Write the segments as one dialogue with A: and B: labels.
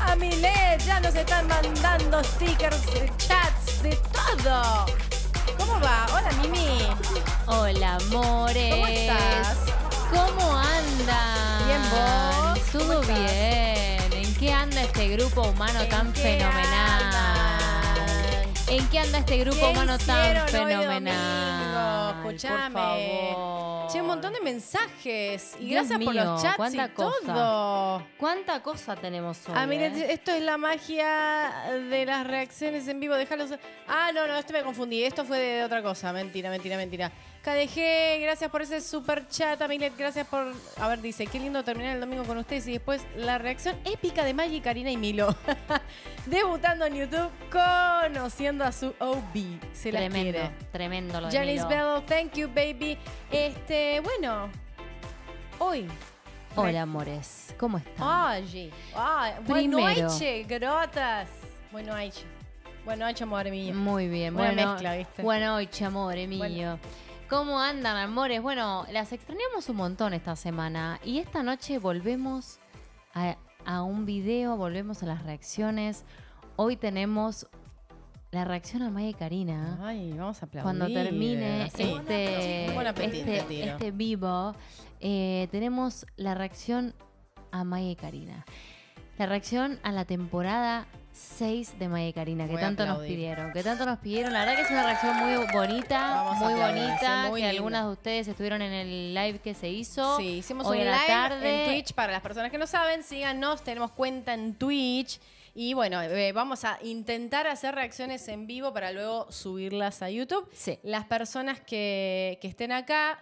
A: A Milet ya nos están mandando stickers, chats, de todo. ¿Cómo va? Hola, Mimi.
B: Hola, amores.
A: ¿Cómo estás?
B: ¿Cómo andan?
A: Bien, vos.
B: Todo
A: ¿Cómo estás?
B: bien. ¿En qué anda este grupo humano
A: ¿En
B: tan
A: qué
B: fenomenal?
A: andan?
B: ¿En qué anda este grupo
A: ¿Qué
B: humano tan
A: hicieron hoy
B: fenomenal?
A: domingo? Escuchame.
B: Por favor.
A: Che, un montón de mensajes. Y
B: Dios
A: gracias por los
B: mío,
A: chats y
B: cuánta cosa.
A: todo.
B: ¿Cuánta cosa tenemos hoy?
A: Ah, miren,
B: eh?
A: esto es la magia de las reacciones en vivo. Déjalos. Ah, no, no, esto me confundí. Esto fue de otra cosa. Mentira, mentira, mentira. KDG, gracias por ese super chat, Amilet. Gracias por. A ver, dice, qué lindo terminar el domingo con ustedes y después la reacción épica de Maggie, Karina y Milo. Debutando en YouTube, conociendo a su OB. Se la
B: tremendo,
A: quiere.
B: tremendo lo de
A: Janice
B: Milo.
A: Bell, thank you, baby. Este, bueno, hoy.
B: Hola, amores. ¿Cómo están?
A: Hoje. Ó, boa
B: Primeiro.
A: noite, garotas. Boa noite. Boa noite, amor minha.
B: Muy bien,
A: Una
B: bueno.
A: mezcla, ¿viste?
B: Buenas noches, amores mío.
A: Bueno.
B: ¿Cómo andan, amores? Bueno, las extrañamos un montón esta semana y esta noche volvemos a, a un video, volvemos a las reacciones. Hoy tenemos la reacción a Maya y Karina.
A: Ay, vamos a aplaudir.
B: Cuando termine
A: así.
B: este,
A: Buen apetito,
B: este-
A: tiro.
B: este vivo, eh, tenemos la reacción a Maya y Karina. La reacción a la temporada 6 de Maya y Karina, que
A: Voy a
B: tanto nos
A: aplaudir.
B: pidieron. Que tanto nos pidieron. La verdad que es una reacción muy bonita,
A: Vamos a
B: muy
A: aplaudir,
B: bonita.
A: sí, muy
B: que
A: lindo.
B: algunas de ustedes estuvieron en el live que se hizo.
A: Sí, hicimos
B: hoy
A: un
B: a la
A: live
B: tarde.
A: en Twitch. Para las personas que no saben, síganos, tenemos cuenta en Twitch. Y bueno, eh, vamos a intentar hacer reacciones en vivo para luego subirlas a YouTube.
B: Sí.
A: Las personas que, que estén acá,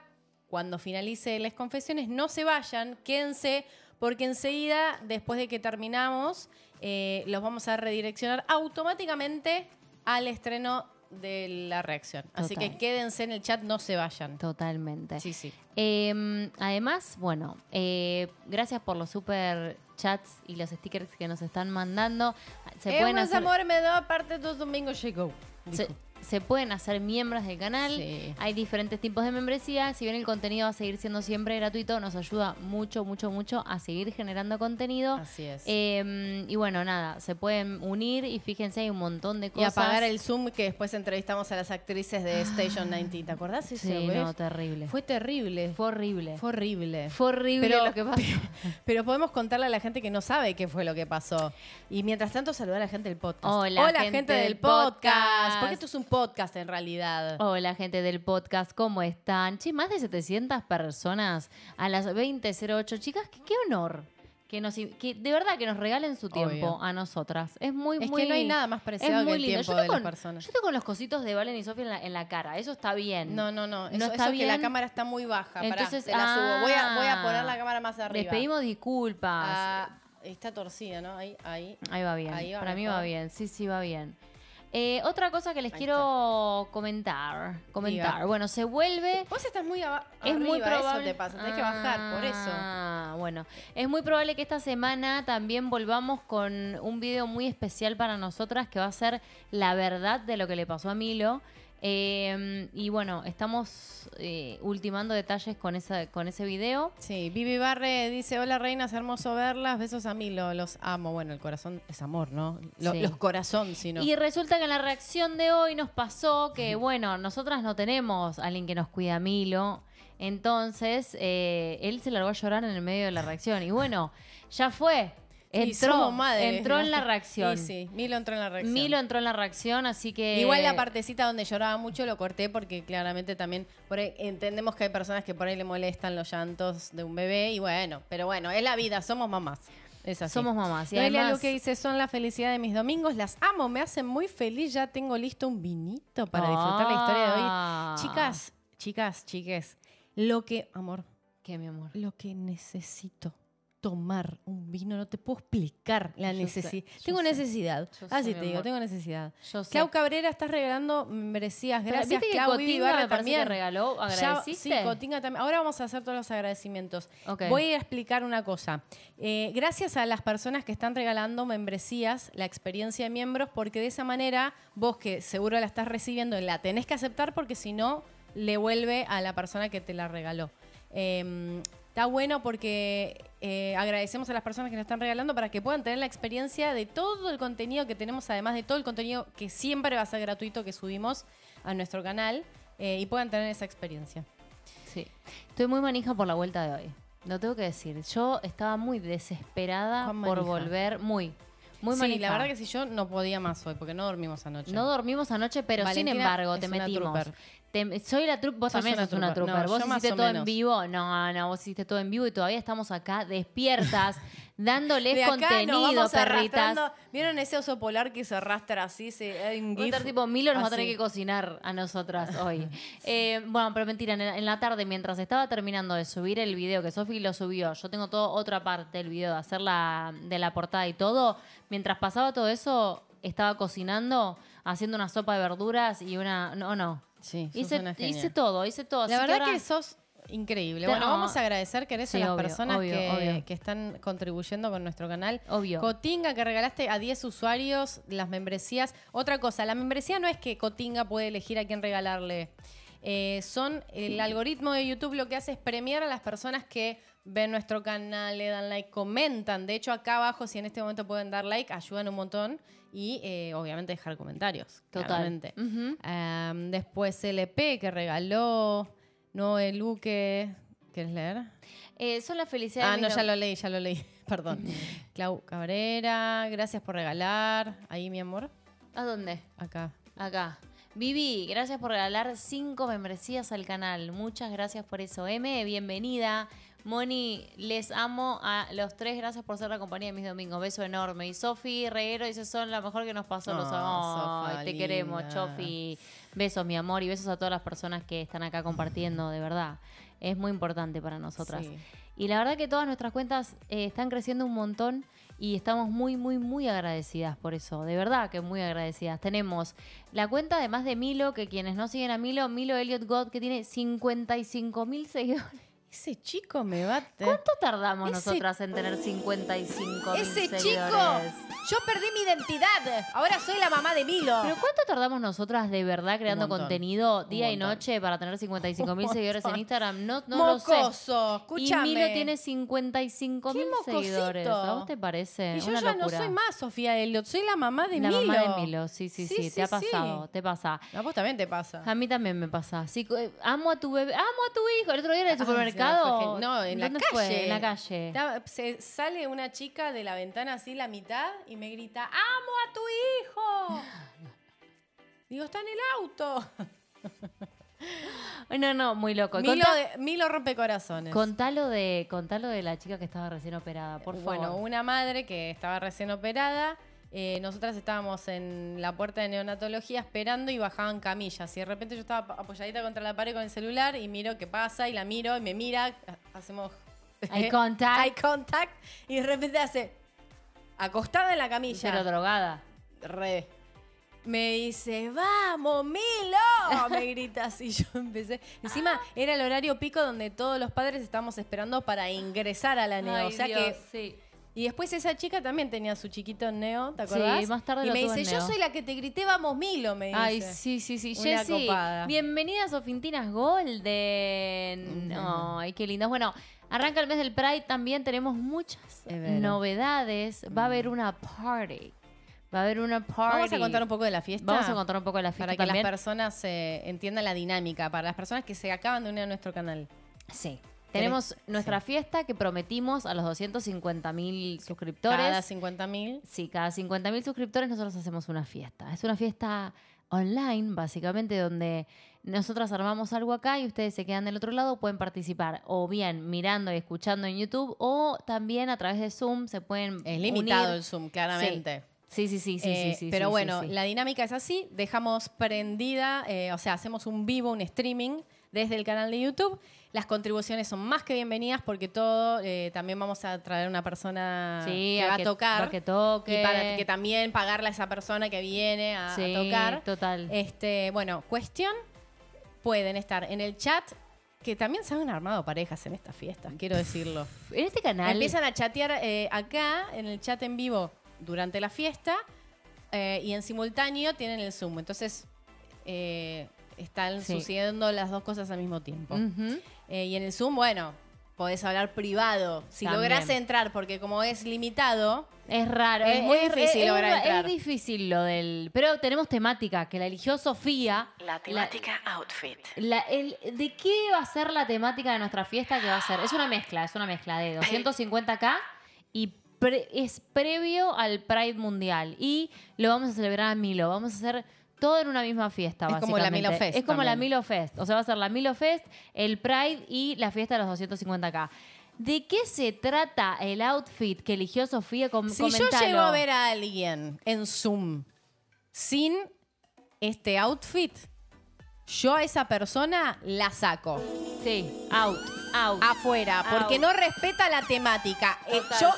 A: cuando finalice las confesiones, no se vayan, quédense, porque enseguida, después de que terminamos, eh, los vamos a redireccionar automáticamente al estreno de la reacción. Así
B: Total.
A: que quédense en el chat, no se vayan.
B: Totalmente.
A: Sí, sí.
B: Eh, además, bueno, eh, gracias por los super chats y los stickers que nos están mandando. Se
A: Eh,
B: pueden
A: más
B: hacer,
A: amor me da parte dos domingos llegó.
B: se, se pueden hacer miembros del canal.
A: Sí.
B: Hay diferentes tipos de membresía. Si bien el contenido va a seguir siendo siempre gratuito, nos ayuda mucho, mucho, mucho a seguir generando contenido.
A: Así es.
B: Eh, y bueno, nada, se pueden unir y fíjense, hay un montón de
A: y
B: cosas.
A: apagar el Zoom que después entrevistamos a las actrices de Station 90. ¿Te acordás ese,
B: Sí,
A: güey?
B: no, terrible. Fue,
A: Fue terrible. Fue,
B: horrible. Fue,
A: horrible.
B: horrible
A: Pero-
B: lo que pasó.
A: Pero podemos contarle a la gente que no sabe qué fue lo que pasó. Y mientras tanto, saludar a la gente del podcast.
B: Hola,
A: gente,
B: gente
A: del
B: del
A: podcast.
B: podcast.
A: Porque esto es un podcast en realidad.
B: Hola gente del podcast, ¿cómo están? Che, más de 700 personas a las 20.08. Chicas, qué, qué honor. Que nos, que de verdad que nos regalen su tiempo
A: Obvio.
B: a nosotras. Es muy,
A: Es
B: muy
A: que no hay nada más preciado que el tiempo de
B: estoy
A: las
B: con,
A: personas.
B: Yo estoy con los cositos de Valen y Sofía en la, en la cara. Eso está bien.
A: No, no, no. Eso,
B: No
A: eso
B: está
A: que la
B: bien.
A: cámara está muy baja. Entonces,
B: Entonces,
A: te la subo. Voy a, voy a
B: ah.
A: poner la cámara más arriba.
B: Les pedimos disculpas.
A: Ah, está torcida, ¿no? Ahí, ahí.
B: Ahí va bien.
A: Ahí va
B: Para mí
A: mejor.
B: va bien. Sí, sí, va bien. Eh, otra cosa que les
A: Ahí
B: quiero comentar. Comentar.
A: Diga.
B: Bueno, se vuelve.
A: Vos estás muy aba-
B: Es
A: arriba,
B: muy probable.
A: eso te pasa, tenés que bajar, por eso.
B: Ah, bueno. Es muy probable que esta semana también volvamos con un video muy especial para nosotras que va a ser la verdad de lo que le pasó a Milo. Eh, y bueno, estamos eh, ultimando detalles con, esa, con ese video.
A: Sí, Vivi Barre dice, hola reinas, hermoso verlas, besos a Milo, los amo. Bueno, el corazón es amor, ¿no? Lo-
B: Sí.
A: Los corazón, si no.
B: Y resulta que en la reacción de hoy nos pasó que, bueno, nosotras no tenemos a alguien que nos cuida a Milo. Entonces, eh, él se largó a llorar en el medio de la reacción. Y bueno, ya fue.
A: Y
B: Entró,
A: somos madres,
B: entró en la
A: ¿no?
B: reacción.
A: Y sí, Milo entró en la reacción.
B: Milo eh, entró en la reacción, así que.
A: Igual la partecita donde lloraba mucho lo corté porque claramente también por ahí entendemos que hay personas que por ahí le molestan los llantos de un bebé y bueno, pero bueno, es la vida, somos mamás. Es así.
B: Somos mamás, y
A: Noelia
B: además-
A: Luque dice, son la felicidad de mis domingos, las amo, me hacen muy feliz, ya tengo listo un vinito para disfrutar la
B: Ah.
A: historia de hoy. Chicas, chicas, chiques, lo que, amor,
B: ¿Qué, mi amor?
A: lo que necesito tomar un vino, no te puedo explicar la
B: Yo sé,
A: necesidad.
B: yo
A: Tengo
B: sé.
A: necesidad.
B: Yo sé,
A: Así
B: mi
A: te digo,
B: amor.
A: tengo necesidad.
B: Yo sé.
A: Clau Cabrera, estás regalando membresías.
B: Pero
A: Gracias,
B: ¿viste que
A: Clau. Vivi
B: Cotinga
A: Barra
B: me parece que
A: también.
B: regaló?
A: Ya-
B: ¿Agradeciste?
A: sí, Cotinga también. Ahora vamos a hacer todos los agradecimientos.
B: Ok.
A: Voy a explicar una cosa. Eh, gracias a las personas que están regalando membresías, la experiencia de miembros, porque de esa manera vos que seguro la estás recibiendo, la tenés que aceptar porque si no, le vuelve a la persona que te la regaló. Eh, Está bueno porque eh, agradecemos a las personas que nos están regalando para que puedan tener la experiencia de todo el contenido que tenemos, además de todo el contenido que siempre va a ser gratuito que subimos a nuestro canal eh, y puedan tener esa experiencia.
B: Sí. Estoy muy manija por la vuelta de hoy. Lo tengo que decir. Yo estaba muy desesperada
A: Juan
B: por
A: manija.
B: volver. Muy. Muy
A: sí,
B: manija.
A: la verdad que si yo no podía más hoy porque no dormimos anoche.
B: No dormimos anoche, pero
A: Valentina
B: sin embargo,
A: es
B: te
A: una
B: metimos.
A: trooper.
B: Te- soy la trup, vos
A: Sos
B: también
A: una
B: sos una
A: trooper.
B: trooper.
A: No,
B: vos
A: yo más
B: hiciste
A: o
B: todo en
A: menos.
B: vivo. No, no, vos hiciste todo en vivo y todavía estamos acá despiertas, dándoles
A: De acá nos
B: contenido,
A: vamos
B: perritas.
A: arrastrando. ¿Vieron ese oso polar que se arrastra así? Se, eh, hay un
B: Va a
A: gif
B: estar tipo Milo nos va a tener
A: así? Ah.
B: que cocinar a nosotras hoy. Eh, bueno, pero mentira, en la, en la tarde, mientras estaba terminando de subir el video, que Sofi lo subió, yo tengo toda otra parte del video de hacer la, de la portada y todo. Mientras pasaba todo eso, estaba cocinando, haciendo una sopa de verduras y una. No, no.
A: Sí, sos
B: Hice,
A: una genia.
B: hice todo, hice todo.
A: La
B: Así
A: verdad
B: ahora-
A: que sos increíble.
B: Te-
A: Bueno,
B: no.
A: vamos a agradecer que eres
B: Sí,
A: a las
B: obvio,
A: personas
B: obvio,
A: que,
B: obvio.
A: que están contribuyendo con nuestro canal.
B: Obvio.
A: Cotinga, que regalaste a 10 usuarios las membresías. Otra cosa, la membresía no es que Cotinga puede elegir a quién regalarle. Eh, son el algoritmo de YouTube lo que hace es premiar a las personas que ven nuestro canal, le dan like, comentan. De hecho, acá abajo, si en este momento pueden dar like, ayudan un montón. Y eh, obviamente dejar comentarios.
B: Total.
A: claramente.
B: Ujú.
A: Em, después LP que regaló. Noé Luque. ¿Quieres leer?
B: Eh, son las felicidades.
A: Ah,
B: de
A: no,
B: mis
A: ya lo leí, ya lo leí. Perdón. Clau Cabrera, gracias por regalar. Ahí, mi amor.
B: ¿A dónde?
A: Acá.
B: Acá. Vivi, gracias por regalar cinco membresías al canal. Muchas gracias por eso. M, bienvenida. Moni, les amo a los tres. Gracias por ser la compañía de mis domingos. Beso enorme. Y Sofi Reguero dice, son lo mejor que nos pasó. Los
A: Oh,
B: amo.
A: Sofa,
B: Ay, te queremos,
A: linda.
B: Chofi. Besos, mi amor. Y besos a todas las personas que están acá compartiendo, de verdad. Es muy importante para nosotras.
A: Sí.
B: Y la verdad que todas nuestras cuentas eh, están creciendo un montón y estamos muy, muy, muy agradecidas por eso. De verdad que muy agradecidas. Tenemos la cuenta además de Milo, que quienes no siguen a Milo, Milo Elliot God, que tiene 55 mil seguidores.
A: Ese chico me va a...
B: ¿Cuánto tardamos
A: Ese-
B: nosotras en tener 55 mil
A: ¡Ese
B: seguidores?
A: chico! Yo perdí mi identidad. Ahora soy la mamá de Milo.
B: ¿Pero cuánto tardamos nosotras de verdad creando
A: montón,
B: contenido
A: un
B: día y
A: montón.
B: noche para tener 55 mil
A: Un
B: seguidores en
A: montón.
B: Instagram? No, no lo sé.
A: mocoso, escúchame.
B: Y Milo tiene 55 mil
A: ¡Qué mocosito!
B: seguidores. ¿A vos te parece?
A: Y yo
B: eh, Una
A: ya
B: locura.
A: no soy más Sofía Elliot, soy la mamá de
B: la
A: Milo.
B: mamá de Milo, sí, sí, sí, te ha
A: sí.
B: pasado, te pasa.
A: A vos también te pasa.
B: A mí también me pasa. Sí, co- eh, amo a tu bebé, amo a tu hijo. El otro día en el
A: Ay, se me
B: supermercado.
A: Ah, fue el- No, en la
B: ¿Dónde
A: calle.
B: fue? En la calle.
A: Estaba- se sale una chica de la ventana así la mitad y me grita, ¡Amo a tu hijo! Digo, está en el auto.
B: No, no, muy loco.
A: Milo,
B: Contá-
A: Milo rompe corazones.
B: contalo, de, contalo de la chica que estaba recién operada, por
A: bueno,
B: favor.
A: una madre que estaba recién operada. eh, nosotras estábamos en la puerta de neonatología esperando y bajaban camillas. Y de repente yo estaba apoyadita contra la pared con el celular y miro qué pasa y la miro y me mira. ha- Hacemos.
B: Eye contact.
A: eye contact. Y de repente hace. Acostada en la camilla.
B: Pero drogada.
A: Re. Me dice, vamos, Milo. Me grita así. Yo empecé. Encima era el horario pico donde todos los padres estábamos esperando para ingresar a la neo.
B: Ay,
A: o sea
B: Dios,
A: que
B: sí.
A: y después esa chica también tenía su chiquito en Neo, ¿te
B: Sí,
A: acordás?
B: más tarde
A: Y
B: lo
A: me
B: tuvo
A: dice,
B: en
A: yo
B: Neo".
A: soy la que te grité, vamos Milo, me dice.
B: Ay, sí, sí, sí.
A: Una
B: Jessy,
A: copada.
B: bienvenidas a Fintinas Golden. Ay, qué lindas. Bueno, arranca el mes del Pride. También tenemos muchas
A: Es verdad. Mm.
B: novedades. Va a haber una party. Va a haber una party.
A: Vamos a contar un poco de la fiesta.
B: Vamos a contar un poco de la fiesta
A: Para que
B: también.
A: las personas eh, entiendan la dinámica, para las personas que se acaban de unir a nuestro canal.
B: sí. Tenemos nuestra fiesta que prometimos a los 250 mil suscriptores.
A: Cada 50.000.
B: Sí, cada 50.000 suscriptores nosotros hacemos una fiesta. Es una fiesta online, básicamente, donde nosotras armamos algo acá y ustedes se quedan del otro lado, pueden participar o bien mirando y escuchando en YouTube o también a través de Zoom se pueden
A: Es limitado
B: unir.
A: el Zoom, claramente.
B: Sí, sí, sí, sí,
A: Eh,
B: sí, sí,
A: pero
B: sí,
A: bueno,
B: sí, sí.
A: la dinámica es así, dejamos prendida, eh, o sea, hacemos un vivo, un streaming desde el canal de YouTube. Las contribuciones son más que bienvenidas porque todo, eh, también vamos a traer una persona
B: Sí,
A: que va a
B: que-
A: tocar.
B: para que toque.
A: Y para que también pagarle a esa persona que viene a, a
B: Sí,
A: tocar.
B: total.
A: Este, bueno, cuestión, pueden estar en el chat, que también se han armado parejas en estas fiestas, quiero decirlo.
B: en este canal
A: Empiezan a chatear eh, acá, en el chat en vivo, durante la fiesta, eh, y en simultáneo tienen el Zoom. Entonces, eh, están
B: Sí.
A: sucediendo las dos cosas al mismo tiempo.
B: Ujú.
A: Eh, y en el Zoom, bueno, podés hablar privado. Si
B: También.
A: lográs entrar, porque como es limitado,
B: Es raro. eh,
A: Es muy difícil
B: es-
A: lograr
B: es,
A: entrar.
B: difícil lo del. Pero tenemos temática, que la eligió Sofía.
C: La temática outfit.
B: La- el- ¿De qué va a ser la temática de nuestra fiesta? que va a ser? Es una mezcla, es una mezcla de 250k y pre- es previo al Pride Mundial. Y lo vamos a celebrar a Milo. Vamos a hacer todo en una misma fiesta,
A: Es como la
B: básicamente.
A: Milo Fest
B: Es como la
A: también.
B: Milo Fest. O sea, va a ser la Milo Fest, el Pride y la fiesta de los 250k. ¿De qué se trata el outfit que eligió Sofía? Com
A: si yo llego a ver a alguien en Zoom sin este outfit, yo a esa persona la saco
B: Sí, out, out.
A: Ah, afuera, porque
B: Au.
A: no respeta la temática. Eh,
B: Total.
A: yo,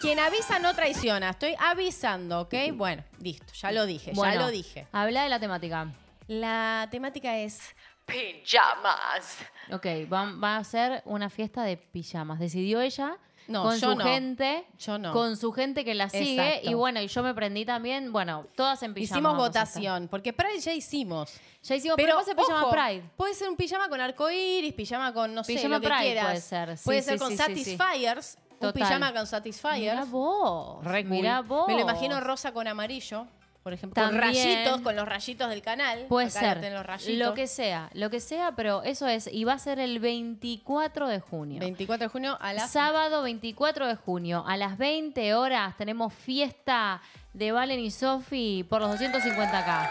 A: quien avisa no traiciona, estoy avisando, ¿ok? Bueno, listo, ya lo dije,
B: Bueno,
A: ya lo dije.
B: Habla de la temática.
A: La temática es
C: Pijamas.
B: Ok, va, va a ser una fiesta de pijamas. Decidió ella
A: No,
B: con
A: yo
B: su
A: no.
B: gente,
A: Yo no.
B: con su gente que la sigue
A: Exacto.
B: y bueno, y yo me prendí también, bueno, todas en pijamas.
A: Hicimos
B: vamos a estar.
A: votación, porque Pride ya hicimos.
B: Ya hicimos, pero,
A: Pero
B: ¿cómo se pijama
A: ojo,
B: Pride?
A: Puede ser un pijama con arcoiris, pijama con no sé,
B: Pijama
A: lo que
B: Pride
A: quieras.
B: puede ser, sí,
A: puede
B: sí,
A: ser
B: sí,
A: con
B: sí,
A: Satisfiers, un
B: Total.
A: pijama con
B: Mira
A: Satisfiers.
B: vos.
A: Re cool.
B: Mira vos.
A: Me lo imagino rosa con amarillo, por ejemplo, con
B: También.
A: rayitos, con los rayitos del canal.
B: Puede
A: Acá
B: ser.
A: tienen los rayitos.
B: Lo que sea, lo que sea, pero eso es y va a ser el 24 de junio.
A: 24 de junio a las
B: Sábado 24 de junio a las 20 horas tenemos fiesta de Valen y Sofi por los 250k,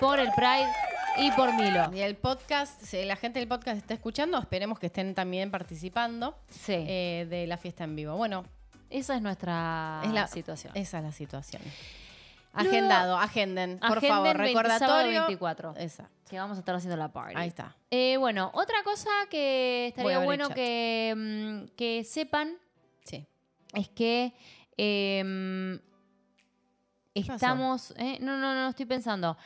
B: por el Pride y por Milo.
A: y el podcast, si la gente del podcast está escuchando, esperemos que estén también participando
B: Sí,
A: eh, de la fiesta en vivo. Bueno,
B: esa es nuestra
A: es la eh,
B: situación.
A: Esa es la situación. Agendado, agenden, por
B: Agenden
A: favor,
B: 20
A: recordatorio.
B: sábado 24.
A: Exacto.
B: Que vamos a estar haciendo la party.
A: Ahí está.
B: Eh, bueno, otra cosa que
A: Voy a
B: estaría
A: ver el
B: bueno
A: chat.
B: que, mm, que sepan
A: Sí.
B: es que eh,
A: pasó?
B: estamos. eh, no, no, no, estoy pensando.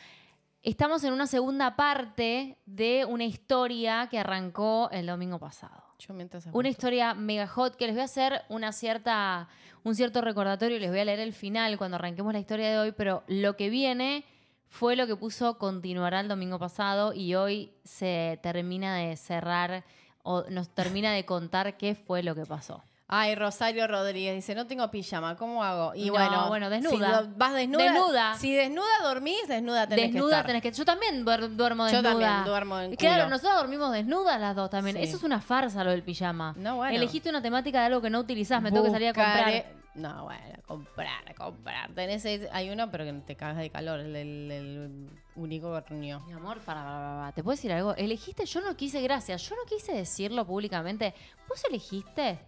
B: Estamos en una segunda parte de una historia que arrancó el domingo pasado.
A: Yo mientras
B: Una
A: apunto.
B: historia mega hot que les voy a hacer una cierta, un cierto recordatorio. Les voy a leer el final cuando arranquemos la historia de hoy, pero lo que viene fue lo que puso continuará el domingo pasado y hoy se termina de cerrar o nos termina de contar qué fue lo que pasó.
A: Ay, Rosario Rodríguez dice, no tengo pijama, ¿cómo hago? Y
B: No,
A: bueno,
B: bueno,
A: si
B: desnuda.
A: lo- vas desnuda.
B: Desnuda.
A: Si desnuda dormís, desnuda tenés
B: desnuda
A: que estar.
B: tenés que. Yo también duer- duermo
A: Yo
B: desnuda.
A: también duermo en
B: Claro,
A: culo.
B: nosotros dormimos desnudas las dos también.
A: Sí.
B: Eso es una farsa lo del pijama.
A: No, bueno.
B: Elegiste una temática de algo que no utilizás, me tengo que salir a
A: Buscaré-
B: comprar.
A: No, bueno, comprar, comprar. Tenés, ese- hay uno, pero que te cagas de calor, el, el, el unicornio.
B: Mi amor, para, para, para, para, ¿te puedo decir algo? Elegiste, yo no quise, gracias, yo no quise decirlo públicamente. Vos elegiste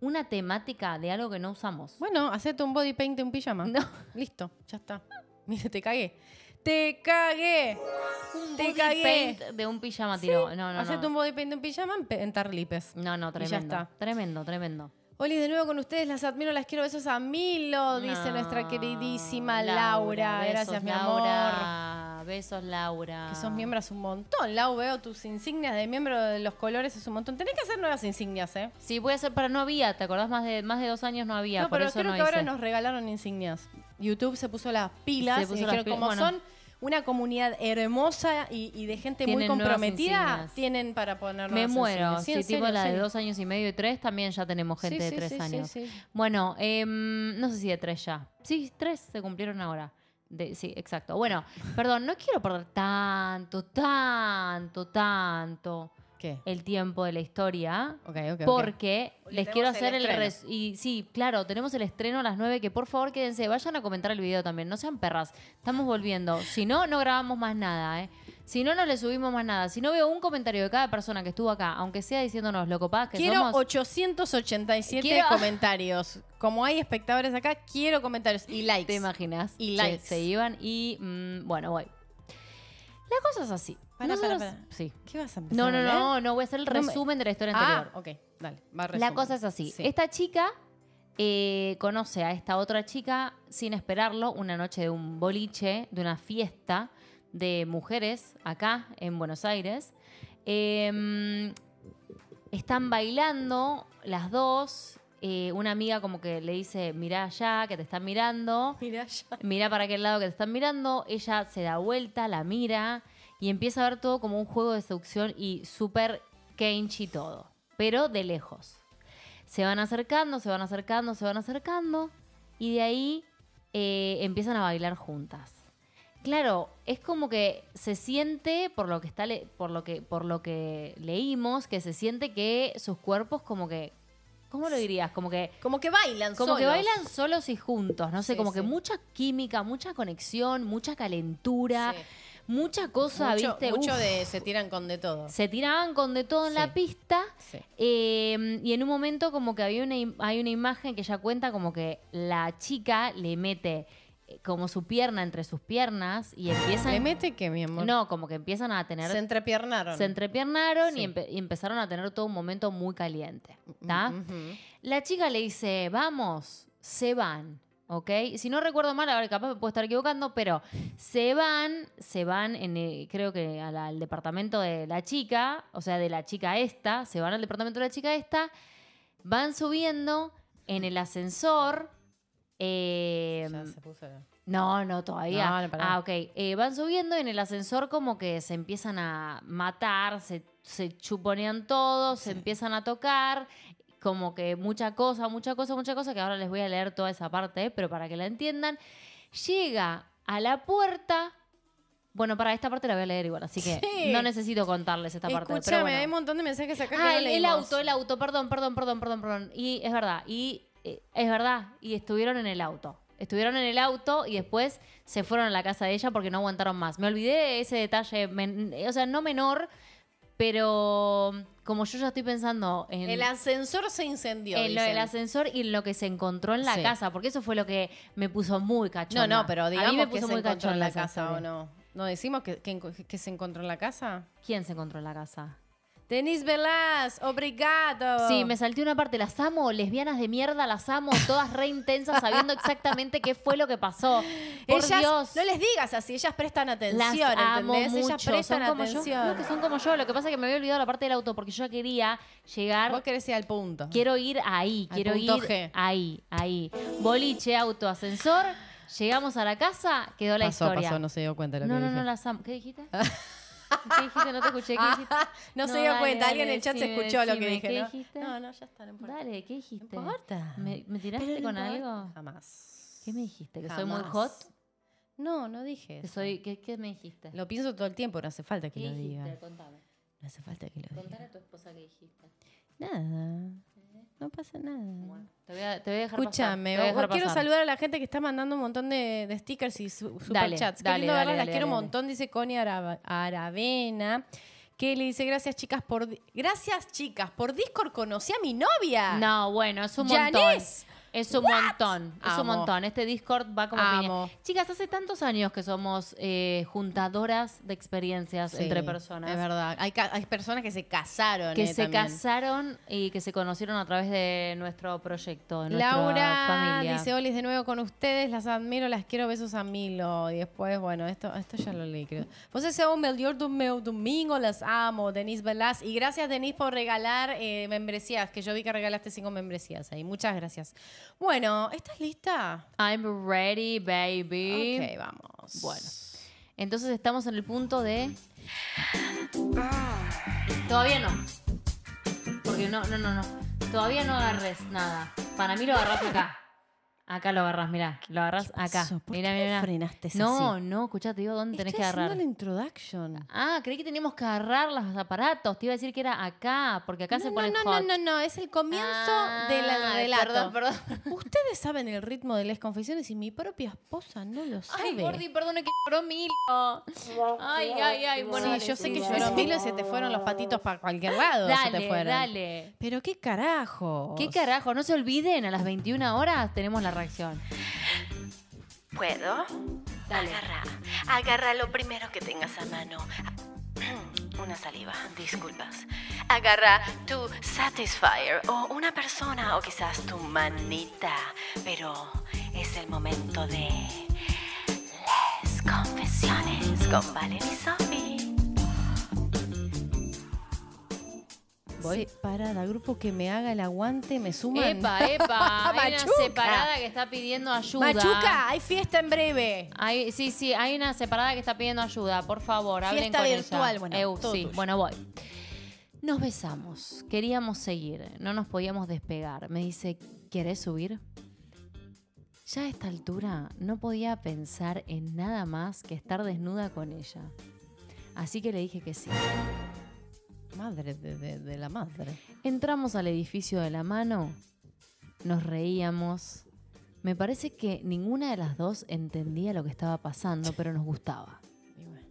B: una temática de algo que no usamos.
A: Bueno, hacete un body paint de un pijama.
B: No.
A: Listo, ya está. Mire, te cagué. Te cagué.
B: Un
A: te
B: body
A: cagué.
B: paint de un pijama tiró. No, no,
A: hacete
B: no.
A: un body paint de un pijama en, pe- en tarlipes.
B: No, no,
A: Y ya
B: tremendo.
A: está.
B: Tremendo, tremendo.
A: Oli, de nuevo con ustedes, las admiro, las quiero. Besos a Milo, dice
B: No,
A: nuestra queridísima Laura. Gracias,
B: besos,
A: mi amor.
B: Laura. Besos, Laura.
A: Que sos miembro es un montón. Lau, veo tus insignias de miembro de los colores, es un montón. Tenés que hacer nuevas insignias, ¿eh?
B: Sí, voy a hacer para no había, ¿te acordás? Más de, más de dos años no había,
A: no,
B: por
A: pero
B: eso
A: creo
B: no
A: que
B: hice.
A: ahora nos regalaron insignias. YouTube se puso las pilas.
B: Se
A: y
B: puso las
A: dijeron,
B: pilas,
A: Como
B: bueno.
A: son una comunidad hermosa y, y de gente muy
B: Tienen nuevas
A: comprometida,
B: insignias.
A: tienen para poner
B: Me
A: nuevas
B: muero.
A: insignias.
B: Sí,
A: en
B: tipo
A: serio,
B: la
A: en
B: de
A: serio.
B: dos años y medio y tres, también ya tenemos gente
A: Sí,
B: de
A: sí,
B: tres
A: sí, sí,
B: años.
A: sí.
B: Bueno, em, no sé si de tres ya. Sí, tres se cumplieron ahora. De- sí, exacto. Bueno, perdón, no quiero perder tanto, tanto, tanto
A: ¿Qué?
B: el tiempo de la historia.
A: Ok, ok, ok.
B: Porque les
A: tenemos
B: quiero
A: el
B: hacer el,
A: estreno.
B: res- y sí, claro, tenemos el estreno a las 9, que por favor quédense, vayan a comentar el video también, no sean perras. Estamos volviendo, si no no grabamos más nada, ¿eh? Si no no le subimos más nada, si no veo un comentario de cada persona que estuvo acá, aunque sea diciéndonos lo copadas que
A: Quiero
B: somos.
A: 887
B: Quiero-
A: comentarios. Como hay espectadores acá, quiero comentarios y likes.
B: ¿Te imaginas?
A: Y
B: Se-
A: likes.
B: Se, iban y mm, bueno, voy. La cosa es así.
A: Pará,
B: Nosotros-
A: pará, pará.
B: Sí.
A: ¿Qué vas a empezar?
B: No, no,
A: a leer?
B: no, no voy a hacer el
A: No me-
B: resumen de la historia anterior.
A: Ah, ok, dale. va a
B: La
A: resumen.
B: cosa es así. Este
A: Sí.
B: Esta chica eh, conoce a esta otra chica sin esperarlo una noche de un boliche, de una fiesta de mujeres acá en Buenos Aires. Eh, están bailando las dos. eh, una amiga como que le dice, mirá allá, que te están mirando.
A: Mirá ya.
B: Mira para aquel lado que te están mirando, ella se da vuelta, la mira y empieza a ver todo como un juego de seducción y súper kenchi todo, pero de lejos. Se van acercando, se van acercando, se van acercando. Y de ahí eh, empiezan a bailar juntas. Claro, es como que se siente, por lo que está le- por lo que, por lo que leímos, que se siente que sus cuerpos como que. ¿Cómo lo dirías? Como que.
A: Como que bailan
B: Como que
A: solos.
B: bailan solos y juntos, no sé,
A: Sí,
B: como que
A: sí.
B: mucha química, mucha conexión, mucha calentura,
A: Sí.
B: mucha cosa,
A: mucho,
B: ¿viste?
A: mucho
B: Uf.
A: de se tiran con de todo.
B: Se tiraban con de todo en
A: Sí.
B: la pista.
A: Sí.
B: eh, y en un momento como que había una, im- hay una imagen que ya cuenta como que la chica le mete eh, como su pierna entre sus piernas y empiezan...
A: Ah, ¿Le mete qué, mi amor?
B: No, como que empiezan a tener...
A: Se entrepiernaron.
B: Se entrepiernaron
A: Sí. Mm,
B: y, empe- y empezaron a tener todo un momento muy caliente. ¿tá?
A: Ujú.
B: La chica le dice, vamos, se van, ¿ok? Si no recuerdo mal, ahora capaz me puedo estar equivocando, pero se van, se van, en, eh, creo que a la- al departamento de la chica, o sea, de la chica esta, se van al departamento de la chica esta, van subiendo en el ascensor. eh,
A: Ya se puso la-
B: no, no, todavía.
A: No, no, pará.
B: ah, ok. Eh, van subiendo y en el ascensor como que se empiezan a matar, se, se chuponean todos, se empiezan a tocar, como que mucha cosa, mucha cosa, mucha cosa, que ahora les voy a leer toda esa parte, eh, pero para que la entiendan. Llega a la puerta. Bueno, para esta parte la voy a leer igual, así que
A: Sí.
B: no necesito contarles esta parte. pero
A: Escúchame,
B: bueno.
A: hay un montón de mensajes acá que
B: Ah,
A: no
B: el, el
A: leímos.
B: auto, el auto, perdón, perdón, perdón, perdón, perdón. Y es verdad, y eh, es verdad, y estuvieron en el auto. Estuvieron en el auto y después se fueron a la casa de ella porque no aguantaron más. Me olvidé de ese detalle, men- eh, o sea, no menor, pero mm, como yo ya estoy pensando en,
A: El ascensor se incendió.
B: en lo del
A: dicen.
B: ascensor y en lo que se encontró en la
A: Sí.
B: casa, porque eso fue lo que me puso muy
A: No,
B: cachonda.
A: no, pero
B: a mí
A: digamos
B: me
A: que
B: puso
A: se
B: muy
A: encontró en
B: cachonda
A: la
B: esa
A: casa o
B: historia.
A: no. ¿No decimos que, que enco- que se encontró en la casa?
B: ¿Quién se encontró en la casa?
A: Denis Velas, obrigado.
B: Sí, me salté una parte, las amo, lesbianas de mierda, las amo, todas re intensas sabiendo exactamente qué fue lo que pasó. Por
A: Ellas-
B: Dios.
A: No les digas así, ellas prestan
B: Las
A: atención,
B: amo
A: ¿entendés? ellas
B: mucho,
A: prestan
B: son como yo.
A: atención.
B: Creo que son como yo. Lo que pasa es que me había olvidado la parte del auto porque yo ya quería llegar.
A: Vos querés ir al punto.
B: Quiero ir ahí,
A: Al
B: quiero ir
A: punto G.
B: ahí, ahí. Boliche, auto, ascensor. Llegamos a la casa, quedó la
A: pasó,
B: historia.
A: pasó, no se dio cuenta de lo que
B: no, no,
A: dije.
B: no las amo. ¿Qué dijiste? ¿Qué dijiste? No te escuché. ¿Qué dijiste?
A: Ah, no, se dio
B: dale,
A: cuenta, alguien en
B: dale,
A: el chat
B: decime,
A: se escuchó lo que
B: decime,
A: dije,
B: ¿qué
A: ¿no?
B: dijiste?
A: No, no, ya está, no importa.
B: Dale, ¿qué
A: No
B: dijiste?
A: importa.
B: ¿Me, me
A: Pero
B: tiraste
A: no
B: con
A: importa.
B: algo?
A: Jamás.
B: ¿Qué me dijiste? ¿Que soy muy
A: Jamás.
B: hot?
A: No, no dije
B: Que
A: eso.
B: soy, ¿qué, qué me dijiste?
A: Lo pienso todo el tiempo, no hace falta que
B: ¿Qué
A: lo
B: dijiste?
A: diga.
B: Contame.
A: No hace falta que lo
B: Contale
A: diga.
B: a tu esposa qué dijiste.
A: Nada. No pasa nada.
B: Bueno, te voy a, te voy a dejar
A: Escúchame,
B: pasar. te voy a
A: vos-
B: dejar
A: vos quiero
B: pasar.
A: saludar a la gente que está mandando un montón de, de stickers y su,
B: Dale,
A: superchats. Qué
B: dale,
A: lindo
B: dale,
A: verlas, las
B: dale,
A: quiero un
B: dale.
A: montón, dice Connie Arava- Aravena. Que le dice, gracias chicas por... di- Gracias chicas, por Discord conocí a mi novia.
B: No, bueno, es un montón.
A: Janice.
B: Es un montón, es un
A: Amo.
B: montón. Este Discord va como
A: Amo.
B: piña. Chicas, hace tantos años que somos eh, juntadoras de experiencias
A: Sí,
B: entre personas.
A: Es verdad, hay, ca- hay personas que se casaron.
B: Que
A: eh,
B: se
A: también.
B: casaron y que se conocieron a través de nuestro proyecto, de nuestra
A: Laura
B: familia.
A: dice, Olis, de nuevo con ustedes, las admiro, las quiero, besos a Milo. Y después, bueno, esto, esto ya lo leí, creo. Pues Vocês são o melhor do meu domingo, las amo, Denise Velas. Y gracias, Denise, por regalar eh, membresías, que yo vi que regalaste cinco membresías ahí. Muchas gracias. Bueno, ¿estás lista?
B: I'm ready, baby.
A: Ok, vamos.
B: Bueno. Entonces estamos en el punto de. Todavía no. Porque no, no, no, no. Todavía no agarres nada. Para mí lo agarras acá. Acá lo agarras, mirá. Lo agarras acá.
A: pasó? ¿Por
B: Mirá,
A: qué
B: mirá,
A: me
B: mirá.
A: frenaste así?
B: No, no, escuchá, te digo dónde
A: Estoy
B: tenés que
A: haciendo
B: agarrar.
A: la introduction.
B: Ah, creí que teníamos que agarrar los aparatos. Te iba a decir que era acá, porque acá se
A: no,
B: pone
A: no, no,
B: hot.
A: no, no, no, es el comienzo del
B: Ah,
A: relato.
B: perdón, perdón.
A: Ustedes saben el ritmo de las confesiones y mi propia esposa no lo sabe.
B: Ay, Gordi, perdón, es que lloró Milo. Ay, ay, ay. Bueno,
A: sí, yo sé que
B: dale.
A: lloró Milo y se te fueron los patitos para cualquier lado. se te
B: Dale,
A: fueron.
B: dale.
A: Pero qué carajo.
B: ¿Qué carajo? No se olviden, a las 21 horas tenemos la reacción.
C: ¿Puedo?
B: Dale. Mm.
C: Agarra. Agarra lo primero que tengas a mano. Una saliva, disculpas. Agarra tu satisfier o una persona o quizás tu manita. Pero es el momento de las confesiones con Valen y Sophie.
A: Voy parada, grupo que me haga el aguante, me suman.
B: Epa, epa. Hay una
A: Machuca.
B: separada que está pidiendo ayuda.
A: Machuca, hay fiesta en breve.
B: Hay- sí, sí, hay una separada que está pidiendo ayuda. Por favor, hablen
A: Fiesta
B: con
A: virtual,
B: ella.
A: bueno,
B: Eu,
A: todo
B: sí.
A: tuyo.
B: Bueno, voy. Nos besamos, queríamos seguir, no nos podíamos despegar. Me dice, ¿querés subir? Ya a esta altura no podía pensar en nada más que estar desnuda con ella. Así que le dije que sí.
A: Madre de, de- de la madre.
B: Entramos al edificio de la mano, nos reíamos. Me parece que ninguna de las dos entendía lo que estaba pasando, pero nos gustaba.
A: Y bueno.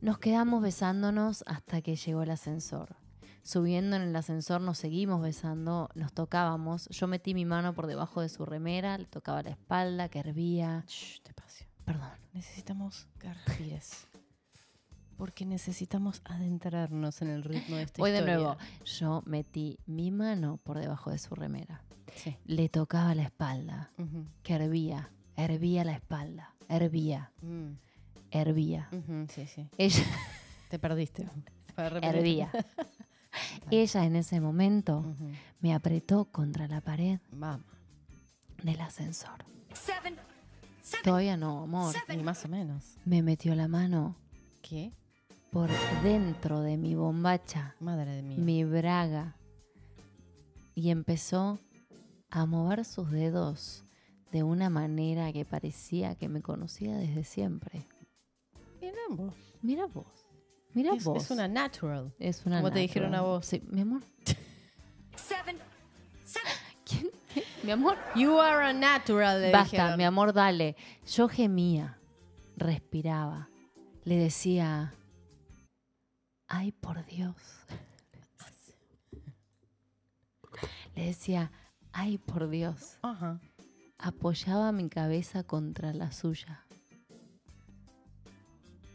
B: Nos quedamos besándonos hasta que llegó el ascensor. Subiendo en el ascensor nos seguimos besando, nos tocábamos. Yo metí mi mano por debajo de su remera, le tocaba la espalda, que hervía.
A: Shh, despacio.
B: Perdón.
A: Necesitamos que respires. Porque necesitamos adentrarnos en el ritmo de esta
B: Voy de
A: historia.
B: nuevo. Yo metí mi mano por debajo de su remera.
A: Sí.
B: Le tocaba la espalda,
A: Ujú.
B: que hervía, hervía la espalda, hervía,
A: Mm,
B: hervía.
A: ujú, Sí, sí.
B: Ella
A: Te perdiste. Para repetir.
B: hervía. Ella en ese momento
A: Ujú.
B: me apretó contra la pared
A: Vamos.
B: del ascensor. Todavía no, amor.
A: Y más o menos.
B: Me metió la mano
A: ¿Qué?
B: por dentro de mi bombacha,
A: Madre de mí.
B: mi braga, y empezó a mover sus dedos de una manera que parecía que me conocía desde siempre.
A: Mirá vos.
B: Mira vos, mira
A: Es,
B: vos.
A: es una natural.
B: Es una
A: Como te
B: natural.
A: dijeron a vos.
B: Sí, mi amor. ¿Quién? ¿Qué? Mi amor.
A: You are a natural, le
B: Basta,
A: dijeron.
B: mi amor, dale. Yo gemía, respiraba, le decía, ay por Dios. Le decía, ay por Dios.
A: Ajá.
B: Apoyaba mi cabeza contra la suya.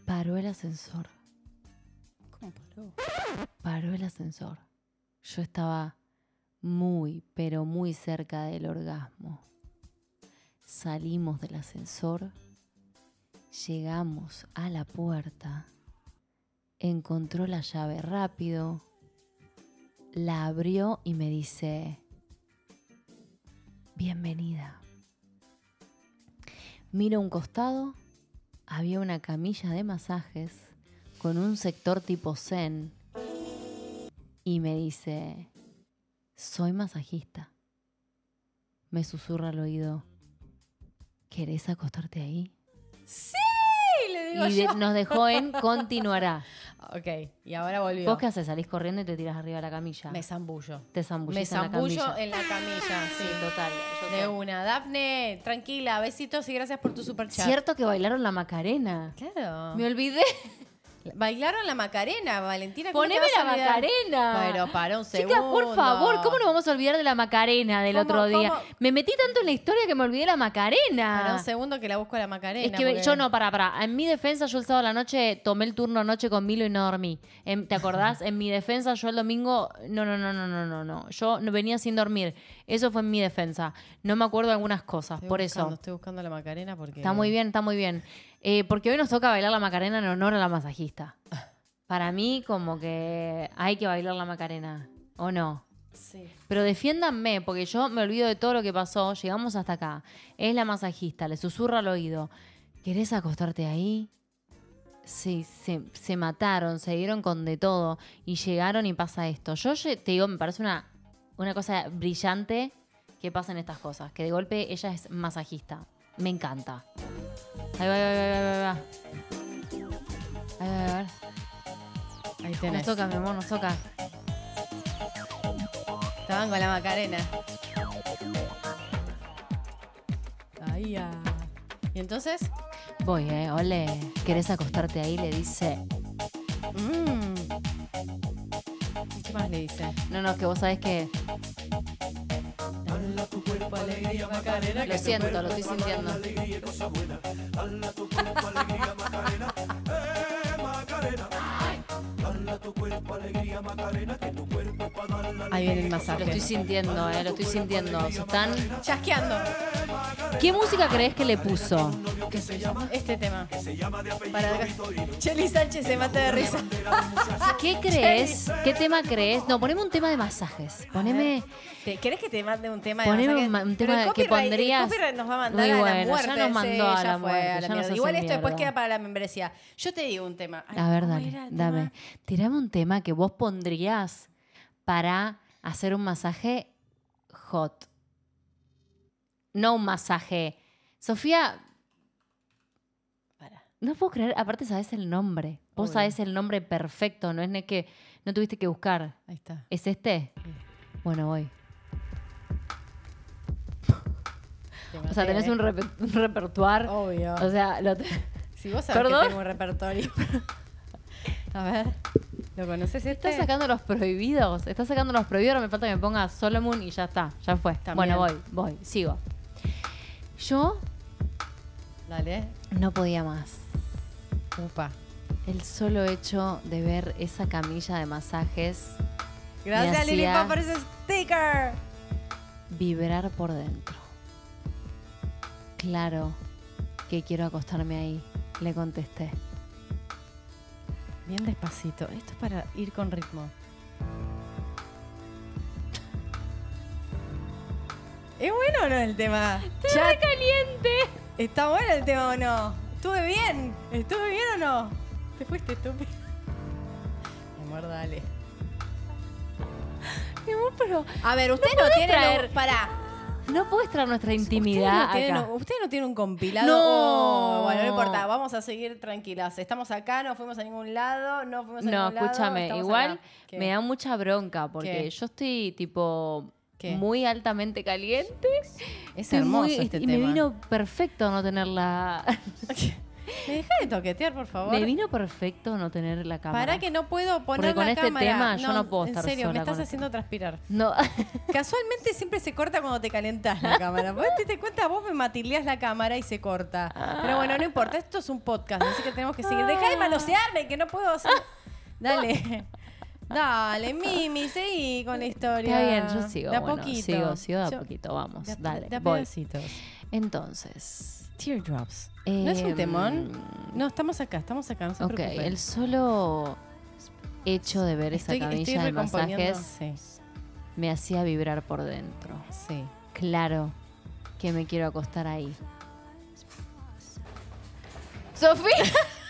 B: Paró el ascensor,
A: ¿Cómo paró?
B: paró el ascensor. Yo estaba muy, pero muy cerca del orgasmo. Salimos del ascensor, llegamos a la puerta, encontró la llave rápido, la abrió y me dice, bienvenida. Miro a un costado, había una camilla de masajes con un sector tipo zen y me dice, soy masajista. Me susurra al oído, ¿querés acostarte ahí?
A: Y le digo
B: Y de- nos dejó en continuará.
A: Ok, y ahora volvió.
B: ¿Vos qué haces? Salís corriendo y te tiras arriba de la camilla.
A: Me zambullo.
B: te zambullís
A: Me
B: en la
A: zambullo
B: camilla.
A: en la camilla. Sí,
B: Total. yo
A: De
B: sé.
A: una. Dafne, tranquila, besitos y gracias por tu super chat.
B: Cierto que bailaron la Macarena.
A: Claro.
B: Me olvidé.
A: Bailaron la Macarena, Valentina. ¿cómo te
B: Poneme
A: vas a
B: la
A: olvidar?
B: Macarena.
A: Pero para un segundo.
B: Chicas, por favor, ¿cómo nos vamos a olvidar de la Macarena del
A: ¿Cómo-
B: otro día?
A: cómo?
B: Me metí tanto en la historia que me olvidé la
A: Para
B: Macarena.
A: un segundo que la busco a la Macarena.
B: Es que
A: porque-
B: yo no, para, para. En mi defensa, yo el sábado a la noche tomé el turno noche con Milo y no dormí. Em, ¿Te acordás? En mi defensa, yo el domingo. No, no, no, no, no, no. no. Yo no venía sin dormir. Eso fue en mi defensa. No me acuerdo de algunas cosas,
A: Estoy
B: por
A: buscando,
B: eso.
A: Estoy buscando a la Macarena porque.
B: Está muy bien, está muy bien. Eh, porque hoy nos toca bailar la Macarena en honor a la masajista. Para mí, como que hay que bailar la Macarena. ¿O no?
A: Sí.
B: Pero defiéndanme, porque yo me olvido de todo lo que pasó. Llegamos hasta acá. Es la masajista, le susurra al oído. ¿Querés acostarte ahí? Sí, se, se mataron, se dieron con de todo. Y llegaron y pasa esto. Yo lle- te digo, me parece una, una cosa brillante que pasen estas cosas. Que de golpe ella es masajista. Me encanta. Ahí va, ahí va, ahí va, ahí va, ahí va. Ahí va, ahí va, ahí va.
A: Ahí
B: Nos
A: tenés.
B: toca, mi amor, nos toca.
A: Estaban con la Macarena. Ahí ah. ¿Y entonces?
B: Voy, eh, ole. ¿Querés acostarte ahí? Le dice.
A: Mm. ¿Y ¿Qué más le dice?
B: No, no, que vos sabés que. Lo siento, lo estoy sintiendo.
A: Ahí viene el
B: Lo
A: masaje.
B: estoy sintiendo, eh, lo estoy sintiendo. Se están.
A: chasqueando.
B: ¿Qué música crees que le puso?
A: Este tema. Para Cheli Sánchez se mata de risa.
B: ¿Qué crees? ¿Qué tema crees? No, poneme un tema de masajes. Poneme,
A: ¿Te- ¿Querés que te mande un tema de
B: poneme
A: masaje?
B: un, ma- un
A: Pero el
B: tema
A: copyright-
B: que
A: el
B: pondrías.
A: copyright nos va a mandar
B: Muy
A: a la
B: bueno,
A: muerte.
B: Ya nos
A: sí,
B: mandó a
A: ya
B: la
A: fue,
B: muerte.
A: a la
B: ya nos
A: mierda.
B: hace
A: Igual esto después
B: mierda.
A: queda para la membresía. Yo te digo un tema. Ay,
B: A ver,
A: ¿cómo
B: dale,
A: era el
B: dame.
A: tema?
B: Tirame un tema que vos pondrías para hacer un masaje hot. No un masaje. Sofía,
A: Pará.
B: no puedo creer, aparte sabés el nombre. Vos
A: Obvio.
B: sabés el nombre perfecto, no es ne- que no tuviste que buscar.
A: Ahí está.
B: ¿Es este? Bueno, voy. O sea, tenés un, repe- un repertuar.
A: eh. Obvio.
B: O sea, lo te-
A: si vos sabés
B: ¿Perdón?
A: que tengo un repertorio. a ver. ¿Lo conoces este?
B: Estás sacando los prohibidos. Estás sacando los prohibidos. Ahora me falta que me ponga Solomon y ya está. Ya fue.
A: También.
B: Bueno, voy, voy. Sigo. Yo
A: Dale.
B: no podía más.
A: Upa.
B: El solo hecho de ver esa camilla de masajes
A: Gracias,
B: Me
A: Lili
B: hacía-
A: Paz, por ese sticker.
B: vibrar por dentro. Claro que quiero acostarme ahí. Le contesté.
A: Bien despacito. Esto es para ir con ritmo. ¿Es bueno o no el tema? Chat,
B: caliente!
A: ¿Está bueno el tema o no? ¿Estuve bien? ¿Estuve bien o no? Te fuiste estúpido. Mi amor, dale.
B: Mi amor, pero
A: A ver, usted no,
B: podés
A: tiene.
B: traer
A: para.
B: no puedes traer nuestra
A: Usted no,
B: intimidad
A: tiene,
B: acá.
A: usted no tiene un compilado.
B: No.
A: Oh, bueno, no importa, vamos a seguir tranquilas. Estamos acá, no fuimos a ningún lado, no fuimos a
B: No,
A: ningún lado.
B: escúchame,
A: estamos
B: igual
A: acá. ¿Qué?
B: me da mucha bronca porque
A: ¿Qué?
B: yo estoy tipo
A: ¿Qué?
B: muy altamente caliente.
A: Es
B: Estoy
A: hermoso
B: muy-
A: este
B: y
A: tema.
B: me vino perfecto no tener la
A: ¿Me deja de toquetear, por favor?
B: me vino perfecto no tener la cámara.
A: Para que no puedo poner
B: Porque con
A: la
B: este
A: cámara.
B: tema yo no puedo estar
A: En serio,
B: sola
A: me estás
B: con este
A: haciendo transpirar.
B: no
A: Casualmente siempre se corta cuando te calentás la cámara. Vos te diste cuenta, vos me matileás la cámara y se corta. Pero bueno, no importa, esto es un podcast, así que tenemos que seguir. Deja de manosearme, que no puedo hacer. Dale. Dale, Mimi, seguí con la historia.
B: está bien, yo sigo,
A: De a
B: bueno,
A: poquito.
B: sigo, sigo de a
A: Yo-
B: poquito, vamos,
A: de a-
B: dale,
A: de a
B: voy.
A: pedacitos.
B: Entonces,
A: Teardrops. ¿No es un
B: em,
A: temón? No, estamos acá, estamos acá, no se
B: Ok,
A: preocupen.
B: el solo hecho de ver
A: estoy,
B: esa
A: estoy
B: camilla de
A: recomponiendo.
B: masajes
A: Sí,
B: me hacía vibrar por dentro.
A: sí.
B: Claro que me quiero acostar ahí. Sofía.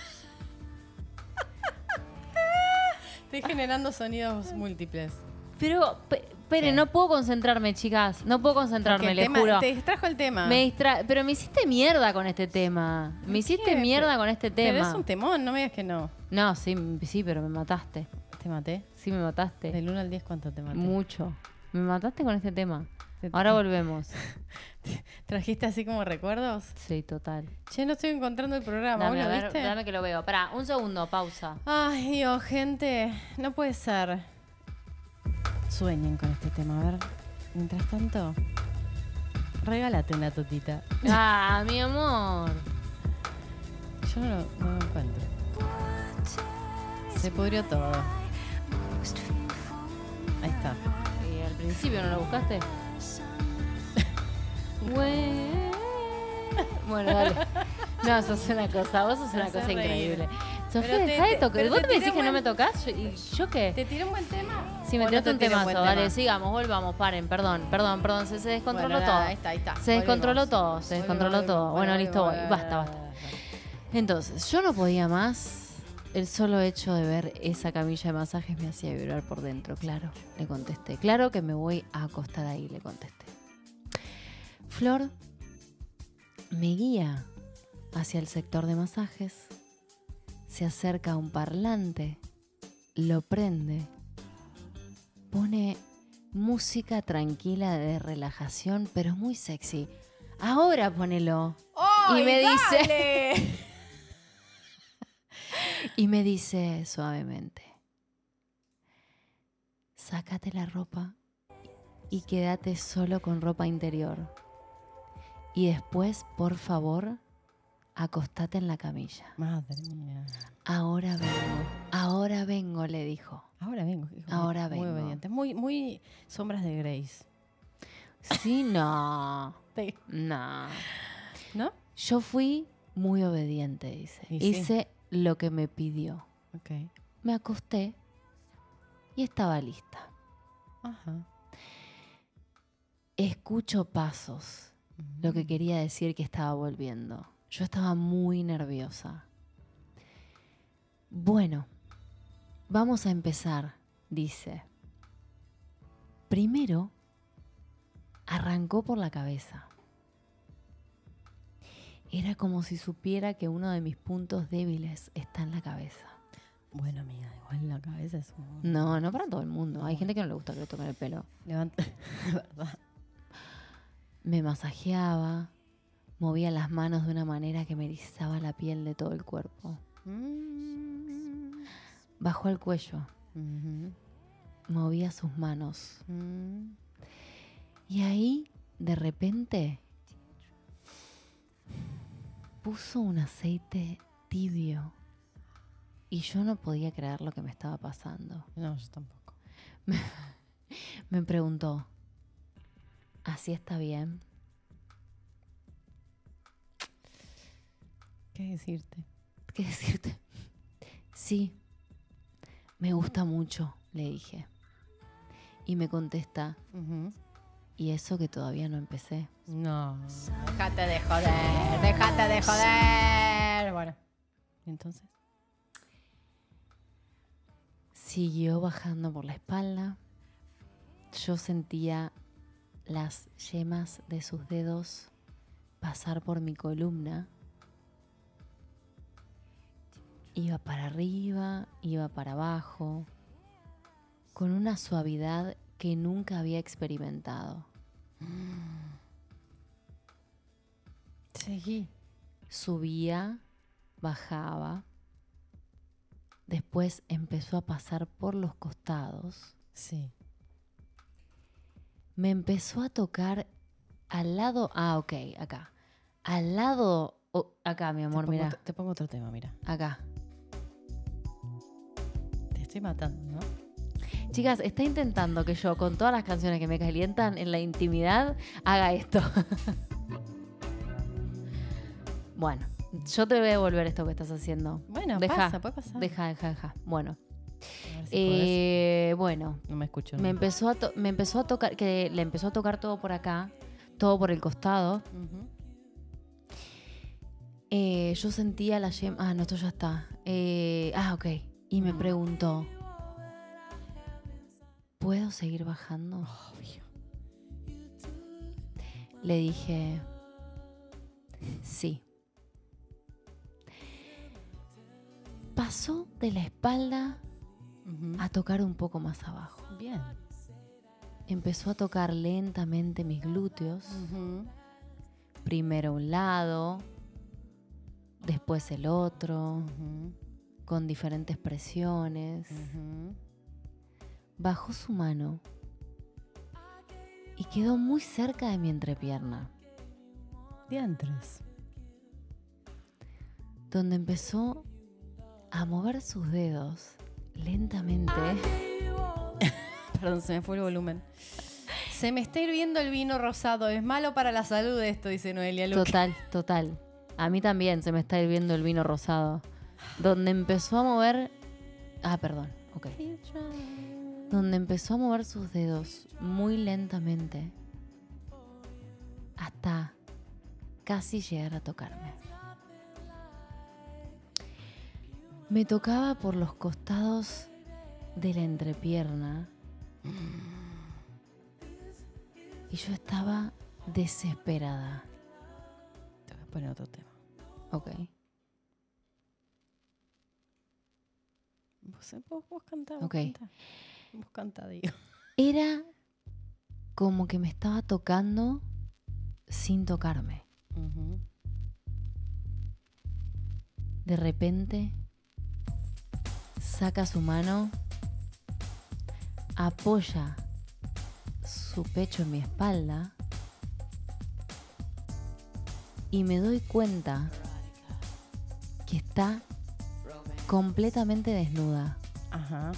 A: Estoy generando sonidos múltiples.
B: Pero, pe- espere,
A: ¿Qué?
B: no puedo concentrarme, chicas. No puedo concentrarme,
A: Porque el
B: les
A: tema-
B: juro.
A: Te distrajo el tema.
B: Me distra pero me hiciste mierda con este tema. Me hiciste
A: qué?
B: mierda con este tema.
A: Pero es un temón, no me digas que no.
B: no, sí, m- sí, pero me mataste.
A: ¿Te maté?
B: Sí, me mataste.
A: Del 1 al 10, ¿cuánto te maté?
B: Mucho. Me mataste con este tema.
A: Te-
B: Ahora volvemos.
A: ¿Trajiste así como recuerdos?
B: Sí, total.
A: Che, no estoy encontrando el programa.
B: Dame,
A: Ah, ¿Vos
B: a
A: lo
B: ver,
A: viste?
B: dame que lo veo. Pará, un segundo, pausa.
A: Ay, Dios, gente. No puede ser. Sueñen con este tema, a ver. Mientras tanto, regálate una totita.
B: Ah, mi amor.
A: Yo no, lo- no lo encuentro. Se pudrió todo. Ahí está.
B: ¿Y al principio no lo buscaste? Bueno, bueno, dale. No, sos una cosa, vos sos una
A: haces
B: cosa
A: reír.
B: increíble.
A: Pero
B: Sofía,
A: te-
B: dejá de
A: te-
B: tocar.
A: pero
B: Vos
A: te
B: me
A: tiré
B: decís que no
A: buen-
B: me tocas y yo qué.
A: ¿Te tiré un buen tema?
B: Si
A: ¿O
B: me
A: no
B: tiraste
A: te
B: un
A: tiré
B: temazo,
A: buen
B: dale,
A: tema?
B: sigamos, volvamos, paren, perdón, perdón, perdón, se, se descontroló
A: Bueno,
B: todo.
A: nada, ahí está, ahí está.
B: Se descontroló
A: Volvimos.
B: todo, se
A: Volvimos,
B: descontroló
A: volvimos,
B: todo. Bueno, listo,
A: volvimos,
B: voy. Basta, basta. Entonces, yo no podía más. El solo hecho de ver esa camilla de masajes me hacía vibrar por dentro. Claro, le contesté. Claro que me voy a acostar ahí, le contesté. Flor me guía hacia el sector de masajes. Se acerca a un parlante, lo prende, pone música tranquila de relajación, pero muy sexy. Ahora ponelo.
A: ¡Ay,
B: Y me dice-
A: dale!
B: Y me dice suavemente, sácate la ropa y quédate solo con ropa interior. Y después, por favor, acostate en la camilla.
A: Madre mía.
B: Ahora vengo, ahora vengo, le dijo.
A: Ahora vengo. hijo.
B: Ahora
A: muy
B: vengo.
A: obediente. Muy, muy sombras de Grace.
B: Sí, no.
A: Te-
B: No.
A: ¿No?
B: Yo fui muy obediente, dice.
A: Y sí.
B: Hice lo que me pidió.
A: Ok.
B: Me acosté y estaba lista.
A: Ajá.
B: Escucho pasos. Lo que quería decir que estaba volviendo. Yo estaba muy nerviosa. Bueno, vamos a empezar, dice. Primero, arrancó por la cabeza. Era como si supiera que uno de mis puntos débiles está en la cabeza.
A: Bueno, amiga, igual la cabeza es un...
B: No, no para todo el mundo. Hay gente que no le gusta que le toquen el pelo.
A: Levanta... ¿Verdad?
B: Me masajeaba, movía las manos de una manera que me erizaba la piel de todo el cuerpo.
A: Mm.
B: Bajó al cuello,
A: Ujú.
B: movía sus manos.
A: Mm.
B: Y ahí, de repente, puso un aceite tibio. Y yo no podía creer lo que me estaba pasando.
A: No, yo tampoco.
B: Me preguntó, ¿así está bien?
A: ¿Qué decirte?
B: ¿Qué decirte? Sí, me gusta mucho, le dije. Y me contesta,
A: Ujú.
B: y eso que todavía no empecé.
A: No. Déjate de joder, déjate de joder. Bueno. Entonces.
B: Siguió bajando por la espalda. Yo sentía las yemas de sus dedos pasar por mi columna. Iba para arriba, iba para abajo, con una suavidad que nunca había experimentado.
A: Seguí.
B: subía, bajaba. Después empezó a pasar por los costados.
A: Sí.
B: Me empezó a tocar al lado. Ah, ok, acá. Al lado. oh, acá, mi amor,
A: te, pongo,
B: mira.
A: ot- te pongo otro tema, mira.
B: Acá.
A: Te estoy matando, ¿no?
B: Chicas, está intentando que yo, con todas las canciones que me calientan en la intimidad, haga esto. bueno, yo te voy a devolver esto que estás haciendo.
A: Bueno,
B: Deja,
A: pasa, puede pasar.
B: Deja, deja, deja. Bueno.
A: A ver Ah. si podés.
B: Eh, bueno,
A: no me escucho.
B: Me
A: ¿no?
B: empezó, a to- me empezó a tocar, que le empezó a tocar todo por acá, todo por el costado.
A: Ujú.
B: Eh, yo sentía la yema. Ah, no, esto ya está. Eh, ah, ok. Y
A: Mm.
B: me preguntó: ¿Puedo seguir bajando?
A: Obvio.
B: Le dije: Sí. Pasó de la espalda
A: Ujú.
B: a tocar un poco más abajo.
A: Bien.
B: Empezó a tocar lentamente mis glúteos.
A: Ujú.
B: primero un lado, después el otro,
A: Ujú.
B: con diferentes presiones.
A: Ujú.
B: Bajó su mano y quedó muy cerca de mi entrepierna,
A: Diantres.
B: donde empezó a mover sus dedos lentamente.
A: Perdón, se me fue el volumen. Se me está hirviendo el vino rosado. Es malo para la salud esto, dice Noelia Luque.
B: Total, total. A mí también se me está hirviendo el vino rosado. Donde empezó a mover... Ah, perdón, ok. donde empezó a mover sus dedos muy lentamente hasta casi llegar a tocarme. Me tocaba por los costados de la entrepierna y yo estaba desesperada.
A: Te voy a poner otro tema.
B: Ok.
A: Vos, vos, vos cantá, vos
B: Ok.
A: cantá. Vos cantá, digo.
B: Era como que me estaba tocando sin tocarme.
A: Ujú.
B: De repente, saca su mano, apoya su pecho en mi espalda y me doy cuenta que está completamente desnuda.
A: Ajá.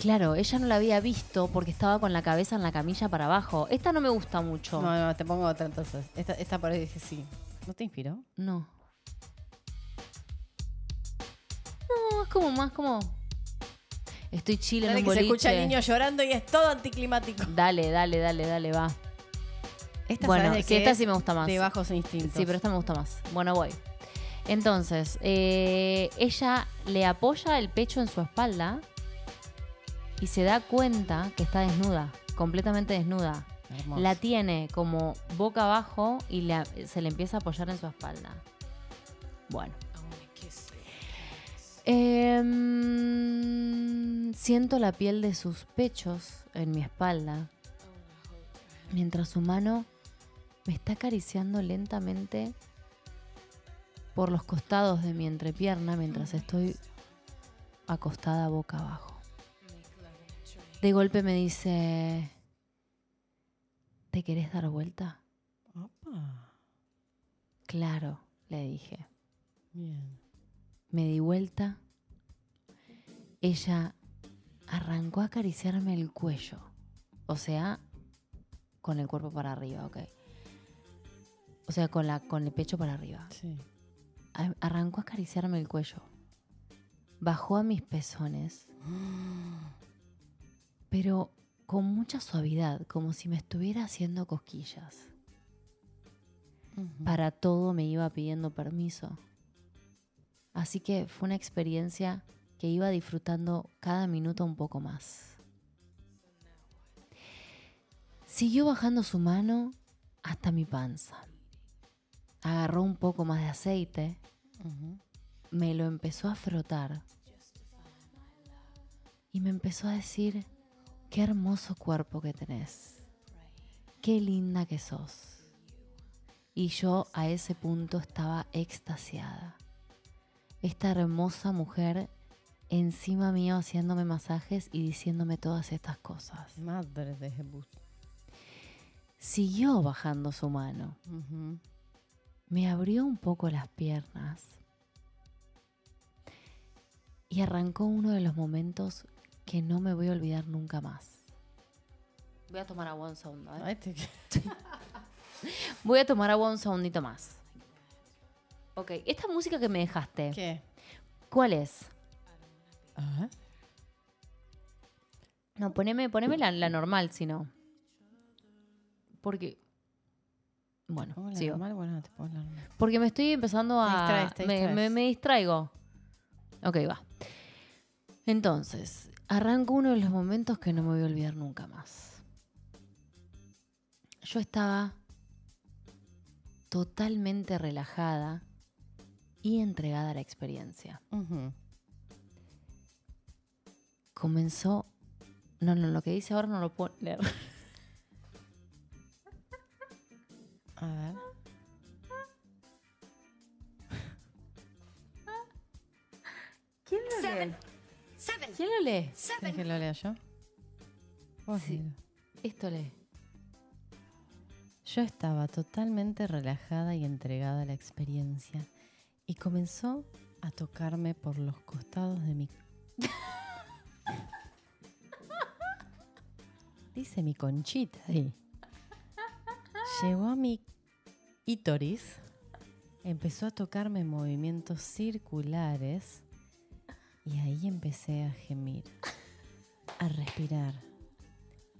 B: Claro, ella no la había visto porque estaba con la cabeza en la camilla para abajo. Esta no me gusta mucho.
A: No, no, te pongo otra entonces. Esta, esta por ahí dije sí. ¿No te inspiró?
B: No. No, es como más como. Estoy chile en
A: Dale
B: un
A: que se
B: boliche.
A: escucha al niño llorando y es todo anticlimático.
B: Dale, dale, dale, dale, va.
A: Esta
B: Bueno,
A: sabes de
B: sí,
A: qué
B: esta
A: es?
B: sí me gusta más.
A: De bajos instintos.
B: Sí, pero esta me gusta más. Bueno, voy. Entonces, eh, ella le apoya el pecho en su espalda y se da cuenta que está desnuda, completamente desnuda.
A: Hermoso.
B: La tiene como boca abajo y la- se le empieza a apoyar en su espalda. Bueno. Em, siento la piel de sus pechos en mi espalda mientras su mano me está acariciando lentamente por los costados de mi entrepierna mientras estoy acostada boca abajo. De golpe me dice, ¿te querés dar vuelta?
A: Opa,
B: Claro, le dije.
A: bien.
B: Me di vuelta. Ella arrancó a acariciarme el cuello. O sea, con el cuerpo para arriba, ok. O sea, con, la, con el pecho para arriba.
A: Sí.
B: A- Arrancó a acariciarme el cuello. Bajó a mis pezones. Pero con mucha suavidad, como si me estuviera haciendo cosquillas. Para todo me iba pidiendo permiso. Así que fue una experiencia que iba disfrutando cada minuto un poco más. Siguió bajando su mano hasta mi panza. Agarró un poco más de aceite,
A: Ujú.
B: me lo empezó a frotar y me empezó a decir, qué hermoso cuerpo que tenés, qué linda que sos. Y yo a ese punto estaba extasiada. Esta hermosa mujer encima mío haciéndome masajes y diciéndome todas estas cosas.
A: Madre de Jebus.
B: Siguió bajando su mano.
A: Ujú.
B: me abrió un poco las piernas y arrancó uno de los momentos que no me voy a olvidar nunca más. Voy a tomar agua un segundo. ¿eh?
A: Ay, te-
B: Voy a tomar agua un segundito más. Ok, esta música que me dejaste,
A: ¿Qué?
B: ¿cuál es?
A: Ah,
B: No, poneme, poneme la, la normal, si no. Porque... Bueno,
A: ¿Pongo la
B: sigo.
A: normal? Bueno, no te pongo la normal.
B: Porque me estoy empezando
A: Te
B: a.
A: distraes, te
B: me- me,
A: distraes.
B: me distraigo. Ok, va. Entonces, arranco uno de los momentos que no me voy a olvidar nunca más. Yo estaba totalmente relajada y entregada a la experiencia.
A: Ujú.
B: Comenzó. No, no, lo que dice ahora no lo puedo leer.
A: A ver.
B: ¿Quién lo lee? ¿Quién lo lee?
A: ¿Quieres que lo lea yo? Vos
B: Sí.
A: léelo.
B: Esto lee.
A: Yo estaba totalmente relajada y entregada a la experiencia y comenzó a tocarme por los costados de mi... Dice mi conchita ahí. Llegó a mi ítoris, empezó a tocarme en movimientos circulares y ahí empecé a gemir, a respirar.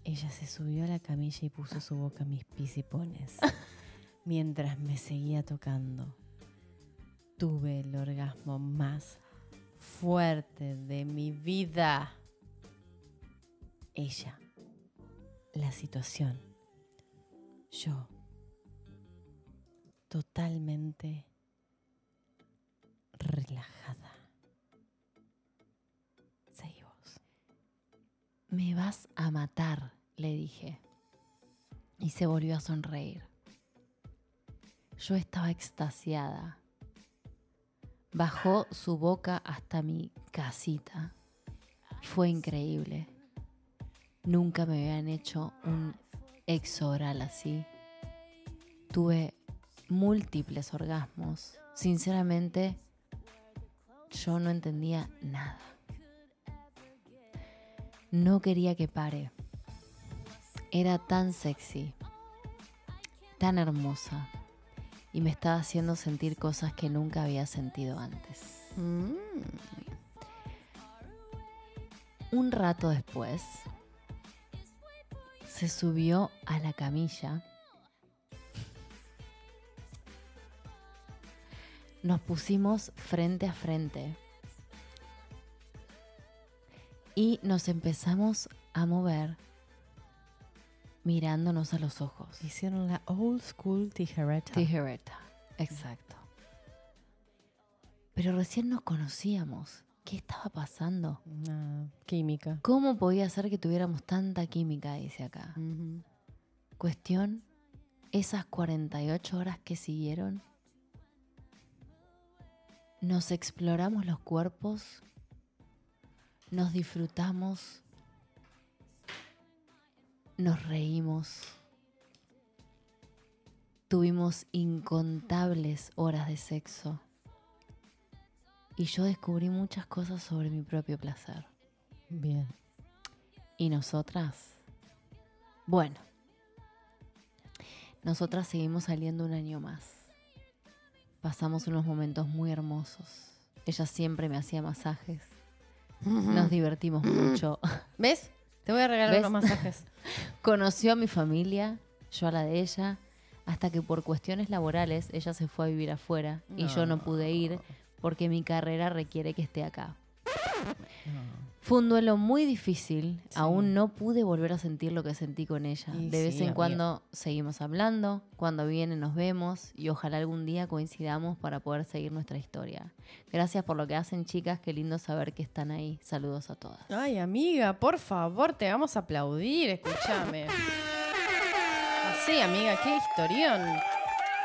A: Ella se subió a la camilla y puso su boca en mis pisipones, mientras me seguía tocando. Tuve el orgasmo más fuerte de mi vida. Ella, la situación, yo, totalmente relajada. Seguimos.
B: Me vas a matar, le dije. Y se volvió a sonreír. Yo estaba extasiada. Bajó su boca hasta mi casita. Fue increíble. Nunca me habían hecho un exoral así. Tuve múltiples orgasmos. Sinceramente, yo no entendía nada. No quería que pare. Era tan sexy, tan hermosa y me estaba haciendo sentir cosas que nunca había sentido antes. Un rato después, se subió a la camilla. Nos pusimos frente a frente. Y nos empezamos a mover mirándonos a los ojos.
A: Hicieron la old school tijereta.
B: Tijereta, exacto. Pero recién nos conocíamos. ¿Qué estaba pasando?
A: Una química.
B: ¿Cómo podía ser que tuviéramos tanta química? Dice acá.
A: Ujú.
B: Cuestión, esas 48 horas que siguieron, nos exploramos los cuerpos, nos disfrutamos, nos reímos, tuvimos incontables horas de sexo y yo descubrí muchas cosas sobre mi propio placer.
A: Bien.
B: ¿Y nosotras? Bueno, nosotras seguimos saliendo un año más. Pasamos unos momentos muy hermosos. Ella siempre me hacía masajes. Nos divertimos mucho.
A: ¿Ves? Te voy a regalar
B: ¿Ves?
A: unos masajes.
B: Conoció a mi familia, yo a la de ella, hasta que por cuestiones laborales ella se fue a vivir afuera y yo no pude ir porque mi carrera requiere que esté acá. Fue un duelo muy difícil, aún no pude volver a sentir lo que sentí con ella.
A: Y
B: de vez
A: sí,
B: en
A: amiga.
B: cuando seguimos hablando, cuando viene nos vemos y ojalá algún día coincidamos para poder seguir nuestra historia. Gracias por lo que hacen chicas, qué lindo saber que están ahí. Saludos a todas.
A: Ay, amiga, por favor, te vamos a aplaudir, escúchame. Así, amiga, qué historión.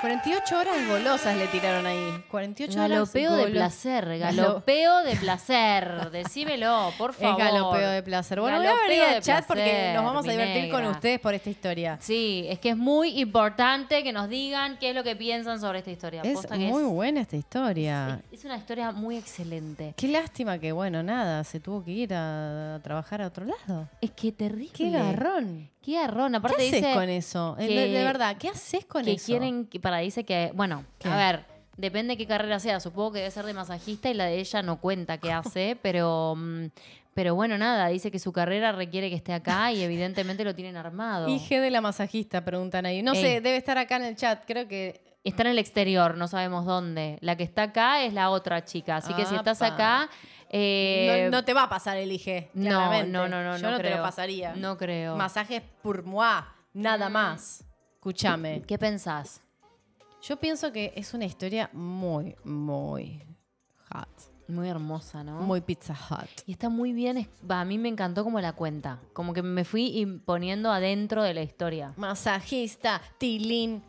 A: 48 horas golosas le tiraron ahí. 48
B: Galopeo
A: horas
B: de
A: golo-
B: placer,
A: Galo-
B: galopeo de placer. Decímelo, por favor.
A: Es galopeo de placer. Bueno, voy a
B: Galopeo
A: abrir
B: de
A: el chat porque
B: placer,
A: nos vamos a
B: mi
A: divertir con
B: negra.
A: ustedes por esta historia.
B: Sí, es que es muy importante que nos digan qué es lo que piensan sobre esta historia.
A: Es
B: Posta que
A: muy
B: es-
A: buena esta historia.
B: es- es una historia muy excelente.
A: Qué lástima que, bueno, nada, se tuvo que ir a, a trabajar a otro lado.
B: Es que terrible.
A: Qué garrón.
B: Qué garrón.
A: ¿Qué
B: Aparte
A: haces
B: dice
A: con eso? Eh,
B: que-
A: de- de verdad, ¿qué haces con
B: que
A: eso?
B: quieren, que- para dice que, bueno,
A: ¿Qué?
B: a ver, depende qué carrera sea. Supongo que debe ser de masajista y la de ella no cuenta qué hace, pero, mm, pero bueno, nada, dice que su carrera requiere que esté acá y evidentemente lo tienen armado.
A: IG de la masajista, preguntan ahí. No
B: Ey.
A: sé, debe estar acá en el chat. Creo que.
B: Está en el exterior, no sabemos dónde. La que está acá es la otra chica, así que si estás
A: Apa.
B: acá... eh,
A: no, no te va a pasar el IG.
B: no,
A: claramente.
B: no, no, no,
A: Yo no,
B: no
A: te lo
B: creo.
A: pasaría.
B: No creo. Mm.
A: Masajes pour moi, nada más. Escúchame.
B: ¿Qué pensás? Mm.
A: Yo pienso que es una historia muy, muy hot.
B: Muy hermosa, ¿no?
A: Muy pizza hot.
B: Y está muy bien, es- va, a mí me encantó como la cuenta, como que me fui y poniendo adentro de la historia.
A: Masajista, Tilín.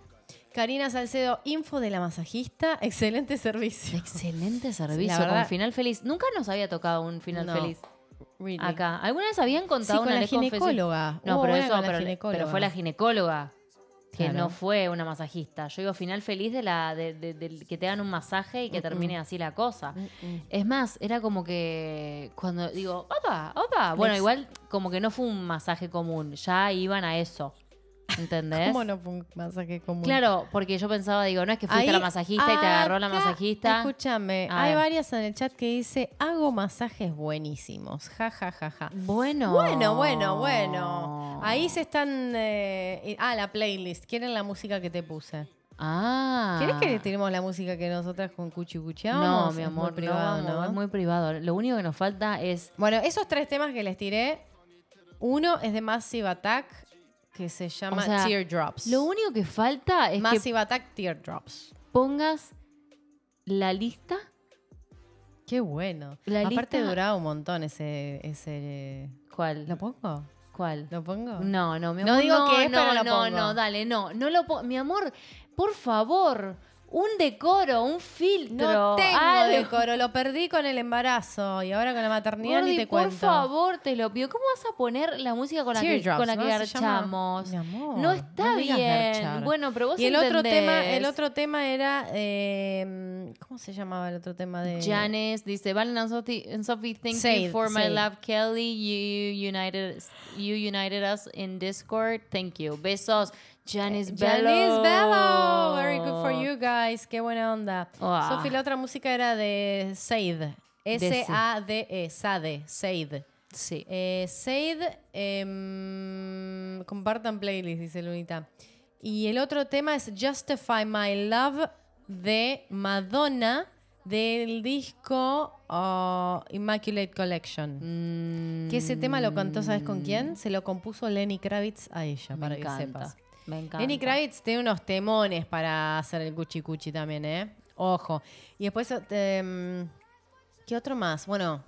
A: Karina Salcedo, info de la masajista. Excelente servicio.
B: Excelente servicio,
A: La verdad-
B: con final feliz. Nunca nos había tocado un final
A: No,
B: feliz
A: Really.
B: acá. ¿Alguna vez habían
A: Sí,
B: contado
A: con
B: una
A: la
B: Les Confesiones?
A: ginecóloga.
B: No,
A: Hubo
B: pero
A: una
B: eso,
A: con la
B: pero,
A: ginecóloga.
B: pero fue la ginecóloga. Que
A: Claro.
B: no fue una masajista. Yo digo final feliz de la de, de- del que te hagan un masaje y que termine así la cosa.
A: Mm,
B: Es más, era como que cuando digo, opa, opa. Bueno,
A: Les-
B: igual como que no fue un masaje común. Ya iban a eso. ¿Entendés?
A: ¿Cómo no fue un masaje común?
B: Claro, porque yo pensaba, digo, no es que fuiste a la
A: Ahí-
B: masajista y te agarró la
A: acá,
B: masajista.
A: Escúchame,
B: A
A: hay
B: ver.
A: varias en el chat que dice, hago masajes buenísimos. Ja, ja, ja, ja.
B: Bueno.
A: Bueno, bueno, bueno. Ahí se están... eh, y- ah, la playlist. Quieren la música que te puse.
B: Ah.
A: ¿Querés que le tiremos la música que nosotras con Cuchi
B: No,
A: cucheamos?
B: mi
A: Es muy
B: amor, no,
A: privado,
B: no,
A: ¿no?
B: es muy privado. Lo único que nos falta es
A: Bueno, esos tres temas que les tiré, uno es de Massive Attack, que se llama
B: sea,
A: Teardrops.
B: Lo único que falta es que
A: Massive Attack Teardrops.
B: pongas la lista.
A: Qué bueno.
B: La
A: Aparte
B: lista-
A: duraba un montón ese, ese...
B: ¿Cuál?
A: ¿Lo pongo?
B: ¿Cuál?
A: ¿Lo pongo?
B: No, no, mi
A: No
B: amor.
A: digo que es,
B: no,
A: pero lo
B: no,
A: pongo.
B: no, dale, no. No lo po- Mi amor, por favor. un decoro, un filtro.
A: No tengo
B: algo.
A: decoro, lo perdí con el embarazo y ahora con la maternidad
B: Gordi,
A: ni te
B: por
A: cuento.
B: favor, te lo pido. ¿Cómo vas a poner la música con la que,
A: Teardrops,
B: con la que
A: ¿no? Se llama-
B: garchamos?
A: Mi amor,
B: no está
A: no digas
B: bien.
A: garchar.
B: Bueno, pero vos
A: y el otro
B: entendés.
A: tema, el otro tema era eh, ¿cómo se llamaba el otro tema de
B: Janice dice, Valen and Sophie, and Sophie, thank
A: Say
B: you
A: it,
B: for my
A: say it.
B: love, Kelly. You united, us- you united us in Discord. Thank you. Besos. Janice Bello.
A: Janice Bello, Eh, very good for you guys, qué buena onda.
B: Ah.
A: Sofi, la otra música era de Sade,
B: Sade.
A: S A D E, Sade, Sade.
B: Sí.
A: Eh, Said, em, compartan playlist, dice Lunita. Y el otro tema es Justify My Love de Madonna del disco oh, Immaculate Collection. Que ese tema lo cantó, ¿sabes con quién? Se lo compuso Lenny Kravitz a ella,
B: Me
A: para
B: encanta.
A: que sepas.
B: Me encanta.
A: Lenny Kravitz tiene unos temones para hacer el cuchi cuchi también, ¿eh? Ojo. Y después, em, ¿qué otro más? Bueno,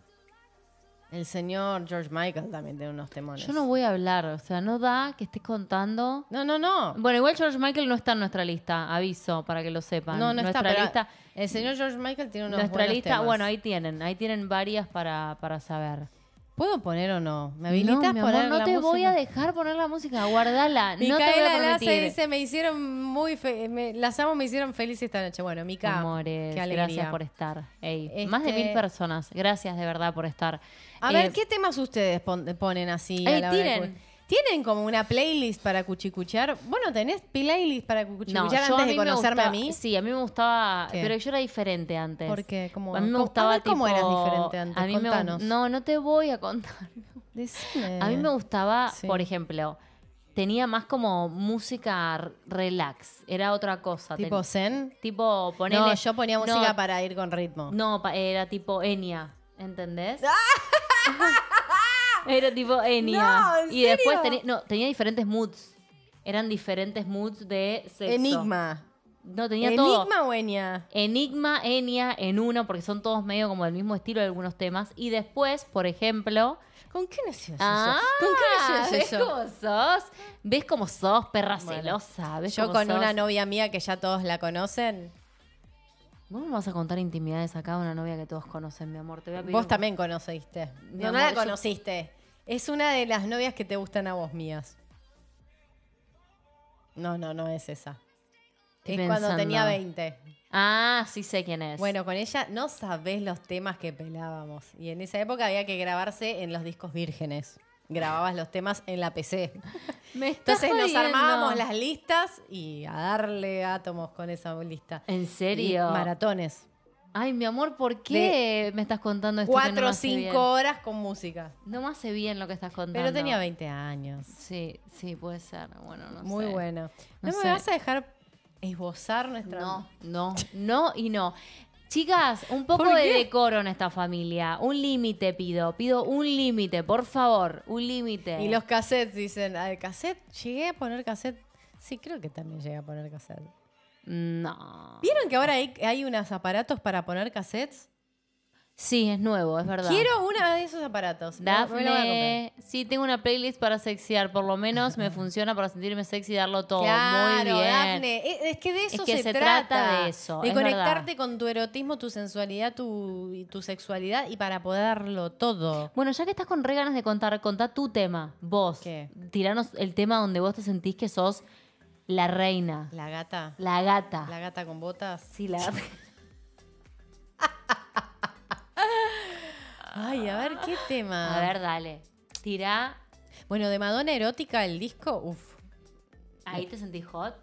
A: el señor George Michael también tiene unos temones.
B: Yo no voy a hablar, o sea, no da que estés contando.
A: No, no, no.
B: Bueno, igual George Michael no está en nuestra lista, aviso para que lo sepan.
A: No, no está.
B: nuestra
A: pero
B: lista,
A: el señor George Michael tiene unos
B: nuestra
A: buenos
B: lista,
A: temas.
B: bueno, ahí tienen, ahí tienen varias para, para saber.
A: ¿Puedo poner o no? ¿Me habilitas
B: no, mi amor,
A: poner
B: no
A: la
B: te voy
A: música?
B: a dejar poner la música, guardala, no te voy
A: Micaela
B: a
A: Lace
B: permitir.
A: dice, me hicieron muy fe- me- las amo, me hicieron feliz esta noche. Bueno, Mica,
B: Amores,
A: qué alegría.
B: gracias por estar. Ey, Más de
A: Este-
B: mil personas, gracias de verdad por estar.
A: A
B: Eh,
A: ver, ¿qué temas ustedes pon- ponen así? a
B: Ay,
A: la hora de
B: tiren.
A: cu- ¿Tienen como una playlist para cuchicuchar? Bueno, ¿tenés playlist para cuchicuchar
B: No, yo
A: antes
B: a mí
A: de
B: me
A: conocerme
B: gustaba-
A: a mí?
B: Sí, a mí me gustaba,
A: ¿Qué?
B: pero yo era diferente antes.
A: Porque como...
B: a mí me
A: como-
B: gustaba
A: a ver, ¿Cómo
B: tipo,
A: eras diferente antes?
B: a mí me gu-
A: Contanos.
B: no, no te voy a contar.
A: Decime.
B: A mí me gustaba,
A: Sí.
B: por ejemplo, tenía más como música r- relax, era otra cosa.
A: ¿Tipo
B: ten-
A: zen?
B: tipo ponele,
A: No, yo ponía
B: no,
A: música para ir con ritmo.
B: No, pa- era tipo Enya, ¿entendés?
A: Ah.
B: era tipo Enya.
A: No, ¿en
B: y después
A: serio?
B: tenía, no, tenía diferentes moods. Eran diferentes moods de sexo.
A: Enigma.
B: No, tenía todo.
A: ¿Enigma o Enya?
B: Enigma, Enya, en uno, porque son todos medio como del mismo estilo de algunos temas. Y después, por ejemplo.
A: ¿Con qué nació eso?
B: Ah,
A: ¿Con qué nació
B: ¿ves
A: eso?
B: cómo sos? ¿Ves cómo sos, perra
A: Bueno,
B: celosa? ¿Ves
A: Yo
B: cómo
A: con
B: sos?
A: una novia mía que ya todos la conocen.
B: Vos no me vas a contar intimidades acá a una novia que todos conocen, mi amor. Te voy a pedir
A: Vos
B: un-
A: también conociste.
B: Mi
A: No, no
B: amor,
A: la
B: yo-
A: conociste. Es una de las novias que te gustan a vos mías. No, no, no es esa.
B: Estoy
A: es cuando
B: pensando.
A: tenía 20.
B: Ah, sí sé quién es.
A: Bueno, con ella no sabés los temas que pelábamos. Y en esa época había que grabarse en los discos vírgenes. Grababas los temas en la PC.
B: Me estás
A: Entonces nos
B: jodiendo.
A: armábamos las listas y a darle átomos con esa lista.
B: ¿En
A: Y
B: serio?
A: Maratones.
B: Ay, mi amor, ¿por qué me estás contando esto? que no me
A: Cuatro o
B: hace bien?
A: cinco horas con música.
B: No me hace bien lo que estás contando.
A: Pero tenía 20 años.
B: Sí, sí, puede ser. Bueno, no
A: Muy
B: sé.
A: bueno.
B: No
A: ¿No,
B: sé.
A: me vas a dejar esbozar nuestra.?
B: No, no, no y no. Chicas, un poco
A: ¿Por
B: de
A: qué?
B: decoro en esta familia. Un límite pido. Pido un límite, por favor. Un límite.
A: Eh, Y los cassettes dicen, al cassette, llegué a poner cassette. Sí, creo que también llegué a poner cassette.
B: No.
A: ¿Vieron que ahora hay, hay unos aparatos para poner cassettes?
B: Sí, es nuevo, es verdad.
A: Quiero una de esos aparatos. Me- me lo voy a comprar.
B: Dafne, sí, tengo una playlist para sexear. Por lo menos me funciona para sentirme sexy y darlo todo.
A: Claro,
B: Oh, Muy bien.
A: Dafne. Es, es que de eso
B: que
A: se,
B: se trata de eso,
A: De
B: es
A: conectarte
B: verdad.
A: con tu erotismo, tu sensualidad, tu, y tu sexualidad y para poderlo todo.
B: Bueno, ya que estás con re ganas de contar, contá tu tema, vos.
A: ¿Qué?
B: Tiranos el tema donde vos te sentís que sos la reina,
A: La gata.
B: la gata.
A: La gata con botas.
B: Sí, la gata.
A: Ay, a ver, ¿qué tema?
B: A ver, dale. Tirá.
A: Bueno, de Madonna erótica el disco, uff.
B: Ahí te sentís hot.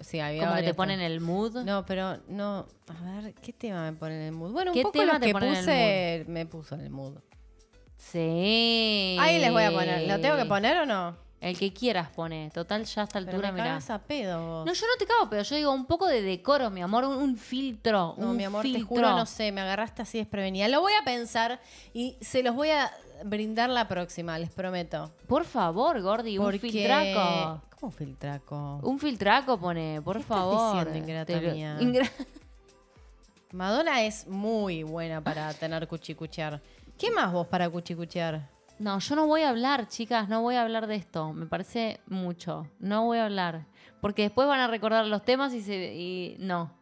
A: sí, había
B: Como que te
A: varios
B: ponen el mood.
A: temas. No, pero no. A ver, ¿qué tema me pone en el mood? Bueno, un
B: ¿Qué
A: poco
B: tema
A: lo
B: te
A: que
B: pone en el
A: puse me puso en el mood.
B: Sí.
A: Ahí les voy a poner. ¿Lo tengo que poner o no?
B: El que quieras pone. Total, ya a esta
A: Pero me
B: altura, mirá.
A: cagas a pedo vos.
B: No, yo no te cago, pero yo digo un poco de decoro, mi amor, un, un filtro.
A: No,
B: un
A: mi amor, te
B: filtro.
A: juro, no sé, me agarraste así desprevenida. Lo voy a pensar y se los voy a brindar la próxima, les prometo.
B: Por favor, Gordi,
A: Porque-
B: un filtraco.
A: ¿Cómo filtraco?
B: Un filtraco pone, por
A: ¿Qué estás
B: favor.
A: diciendo, ingrata
B: Te lo-
A: mía?
B: Ingra-
A: Madonna es muy buena para tener cuchicuchear. ¿Qué más vos para cuchicuchear?
B: No, yo no voy a hablar, chicas, no voy a hablar de esto. Me parece mucho. No voy a hablar. Porque después van a recordar los temas y se. y no.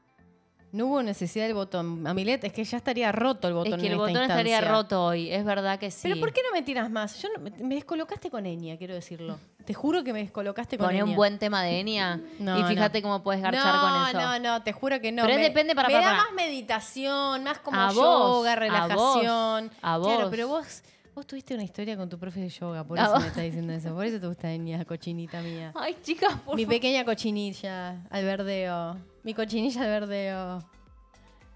A: No hubo necesidad del botón. Amilet, es que ya estaría roto el botón.
B: es que
A: en
B: el
A: esta
B: botón estaría
A: instancia.
B: roto hoy, es verdad que sí.
A: Pero ¿por qué no me tiras más? Yo no- me- me descolocaste con Eña, quiero decirlo. Te juro que me descolocaste con
B: Poné
A: Eña.
B: un buen tema de Enya
A: No,
B: y
A: no.
B: fíjate cómo puedes garchar
A: no,
B: con eso.
A: No, no, te juro que no.
B: Pero es
A: Me-
B: depende para-
A: Me
B: para-
A: da
B: para.
A: más meditación, más como
B: A vos,
A: yoga,
B: a vos,
A: relajación.
B: a
A: Claro,
B: vos.
A: pero vos, vos tuviste una historia con tu profe de yoga, por
B: A
A: eso
B: vos.
A: me estás diciendo eso. Por eso te gusta Eña, cochinita mía.
B: Ay, chicas, por
A: Mi
B: favor.
A: pequeña cochinilla al verdeo. Mi cochinilla al verdeo.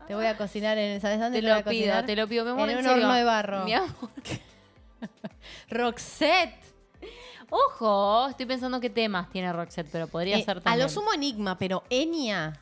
A: Te voy a cocinar en. ¿Sabes dónde
B: Te
A: te, voy
B: lo
A: a
B: pido,
A: cocinar?
B: te lo pido. Mi amor,
A: en un
B: serio.
A: horno de barro.
B: Mi amor.
A: Roxette.
B: Ojo, estoy pensando qué temas tiene Roxette, pero podría
A: Eh,
B: ser
A: a
B: también.
A: lo sumo enigma, pero Enya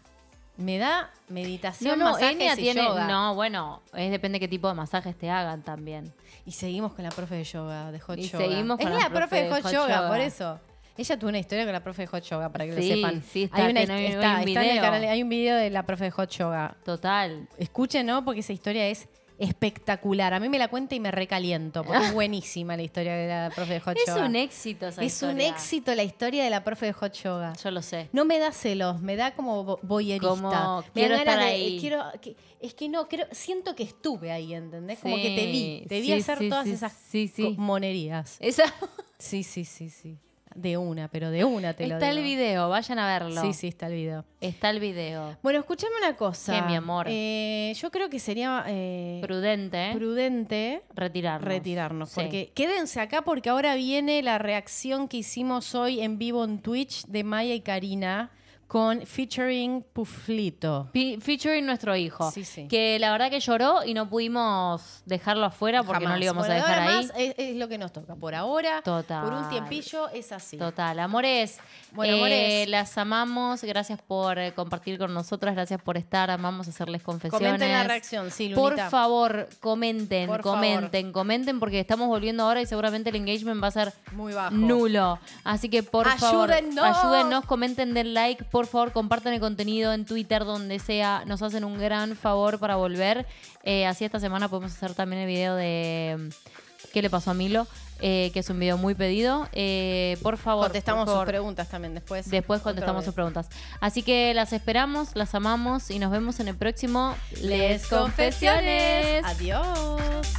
A: me da
B: No,
A: meditación,
B: no,
A: masajes
B: Enya
A: y
B: tiene.
A: yoga.
B: No, bueno, es depende qué tipo de masajes te hagan también.
A: Y seguimos con la profe de yoga, de Hot
B: Y
A: Yoga.
B: seguimos con
A: es
B: la
A: la profe de Hot, yoga,
B: yoga.
A: por eso. Ella tuvo una historia con la profe de Hot Yoga, para que
B: Sí,
A: lo sepan.
B: sí, está,
A: hay, una,
B: tiene- hay un
A: está- está en el
B: video.
A: canal, hay un video de la profe de Hot Yoga.
B: Total.
A: Escuchen, ¿no? Porque esa historia es espectacular. A mí me la cuenta y me recaliento, porque es buenísima la historia de la profe de Hot
B: Es
A: Yoga.
B: un éxito esa
A: Es un
B: historia.
A: éxito la historia de la profe de Hot Yoga.
B: Yo lo sé.
A: No me da celos, me da como bo- voyerista.
B: Como,
A: me dan
B: quiero
A: ganas
B: estar
A: de-
B: ahí.
A: quiero- que- es que no, creo, siento que estuve ahí, ¿entendés? Como que te vi,
B: Sí,
A: te vi
B: sí,
A: hacer
B: sí,
A: todas
B: sí,
A: esas
B: sí, sí.
A: co- monerías.
B: Esa,
A: Sí, sí, sí, sí. De una, pero de una te lo
B: está el
A: digo.
B: video, vayan a verlo.
A: Sí, sí, está el video.
B: Está el video.
A: Bueno, escúchame una cosa.
B: ¿Qué, mi amor?
A: Eh, yo creo que sería eh,
B: Prudente.
A: prudente
B: retirarnos.
A: retirarnos.
B: Sí.
A: Porque quédense acá porque ahora viene la reacción que hicimos hoy en vivo en Twitch de Maya y Karina con featuring Puflito.
B: Pi- Featuring nuestro hijo.
A: Sí, sí.
B: Que la verdad que lloró y no pudimos dejarlo afuera porque
A: Jamás. eh,
B: no lo íbamos
A: Por
B: a dejar
A: ahora
B: ahí.
A: más es, es lo que nos toca. Por ahora,
B: Total.
A: por un tiempillo, es así.
B: Total, amores.
A: Bueno,
B: eh,
A: amores.
B: Las amamos. Gracias por eh, compartir con nosotras. Gracias por estar. Amamos hacerles confesiones.
A: Comenten la reacción, sí,
B: Por
A: Lunita.
B: favor, comenten,
A: Por favor.
B: comenten, comenten, porque estamos volviendo ahora y seguramente el engagement va a ser
A: Muy bajo.
B: nulo. Así que por favor,
A: Ayúdennos.
B: ayúdennos, comenten, den like, por favor, compartan el contenido en Twitter, donde sea. Nos hacen un gran favor para volver. Eh, así esta semana podemos hacer también el video de mm, ¿Qué le pasó a Milo? Eh, que es un video muy pedido. Eh, por favor,
A: Contestamos
B: por
A: sus
B: favor,
A: preguntas también después.
B: Después
A: Otro
B: contestamos
A: video.
B: sus preguntas. Así que las esperamos, las amamos y nos vemos en el próximo
A: Les confesiones. Adiós.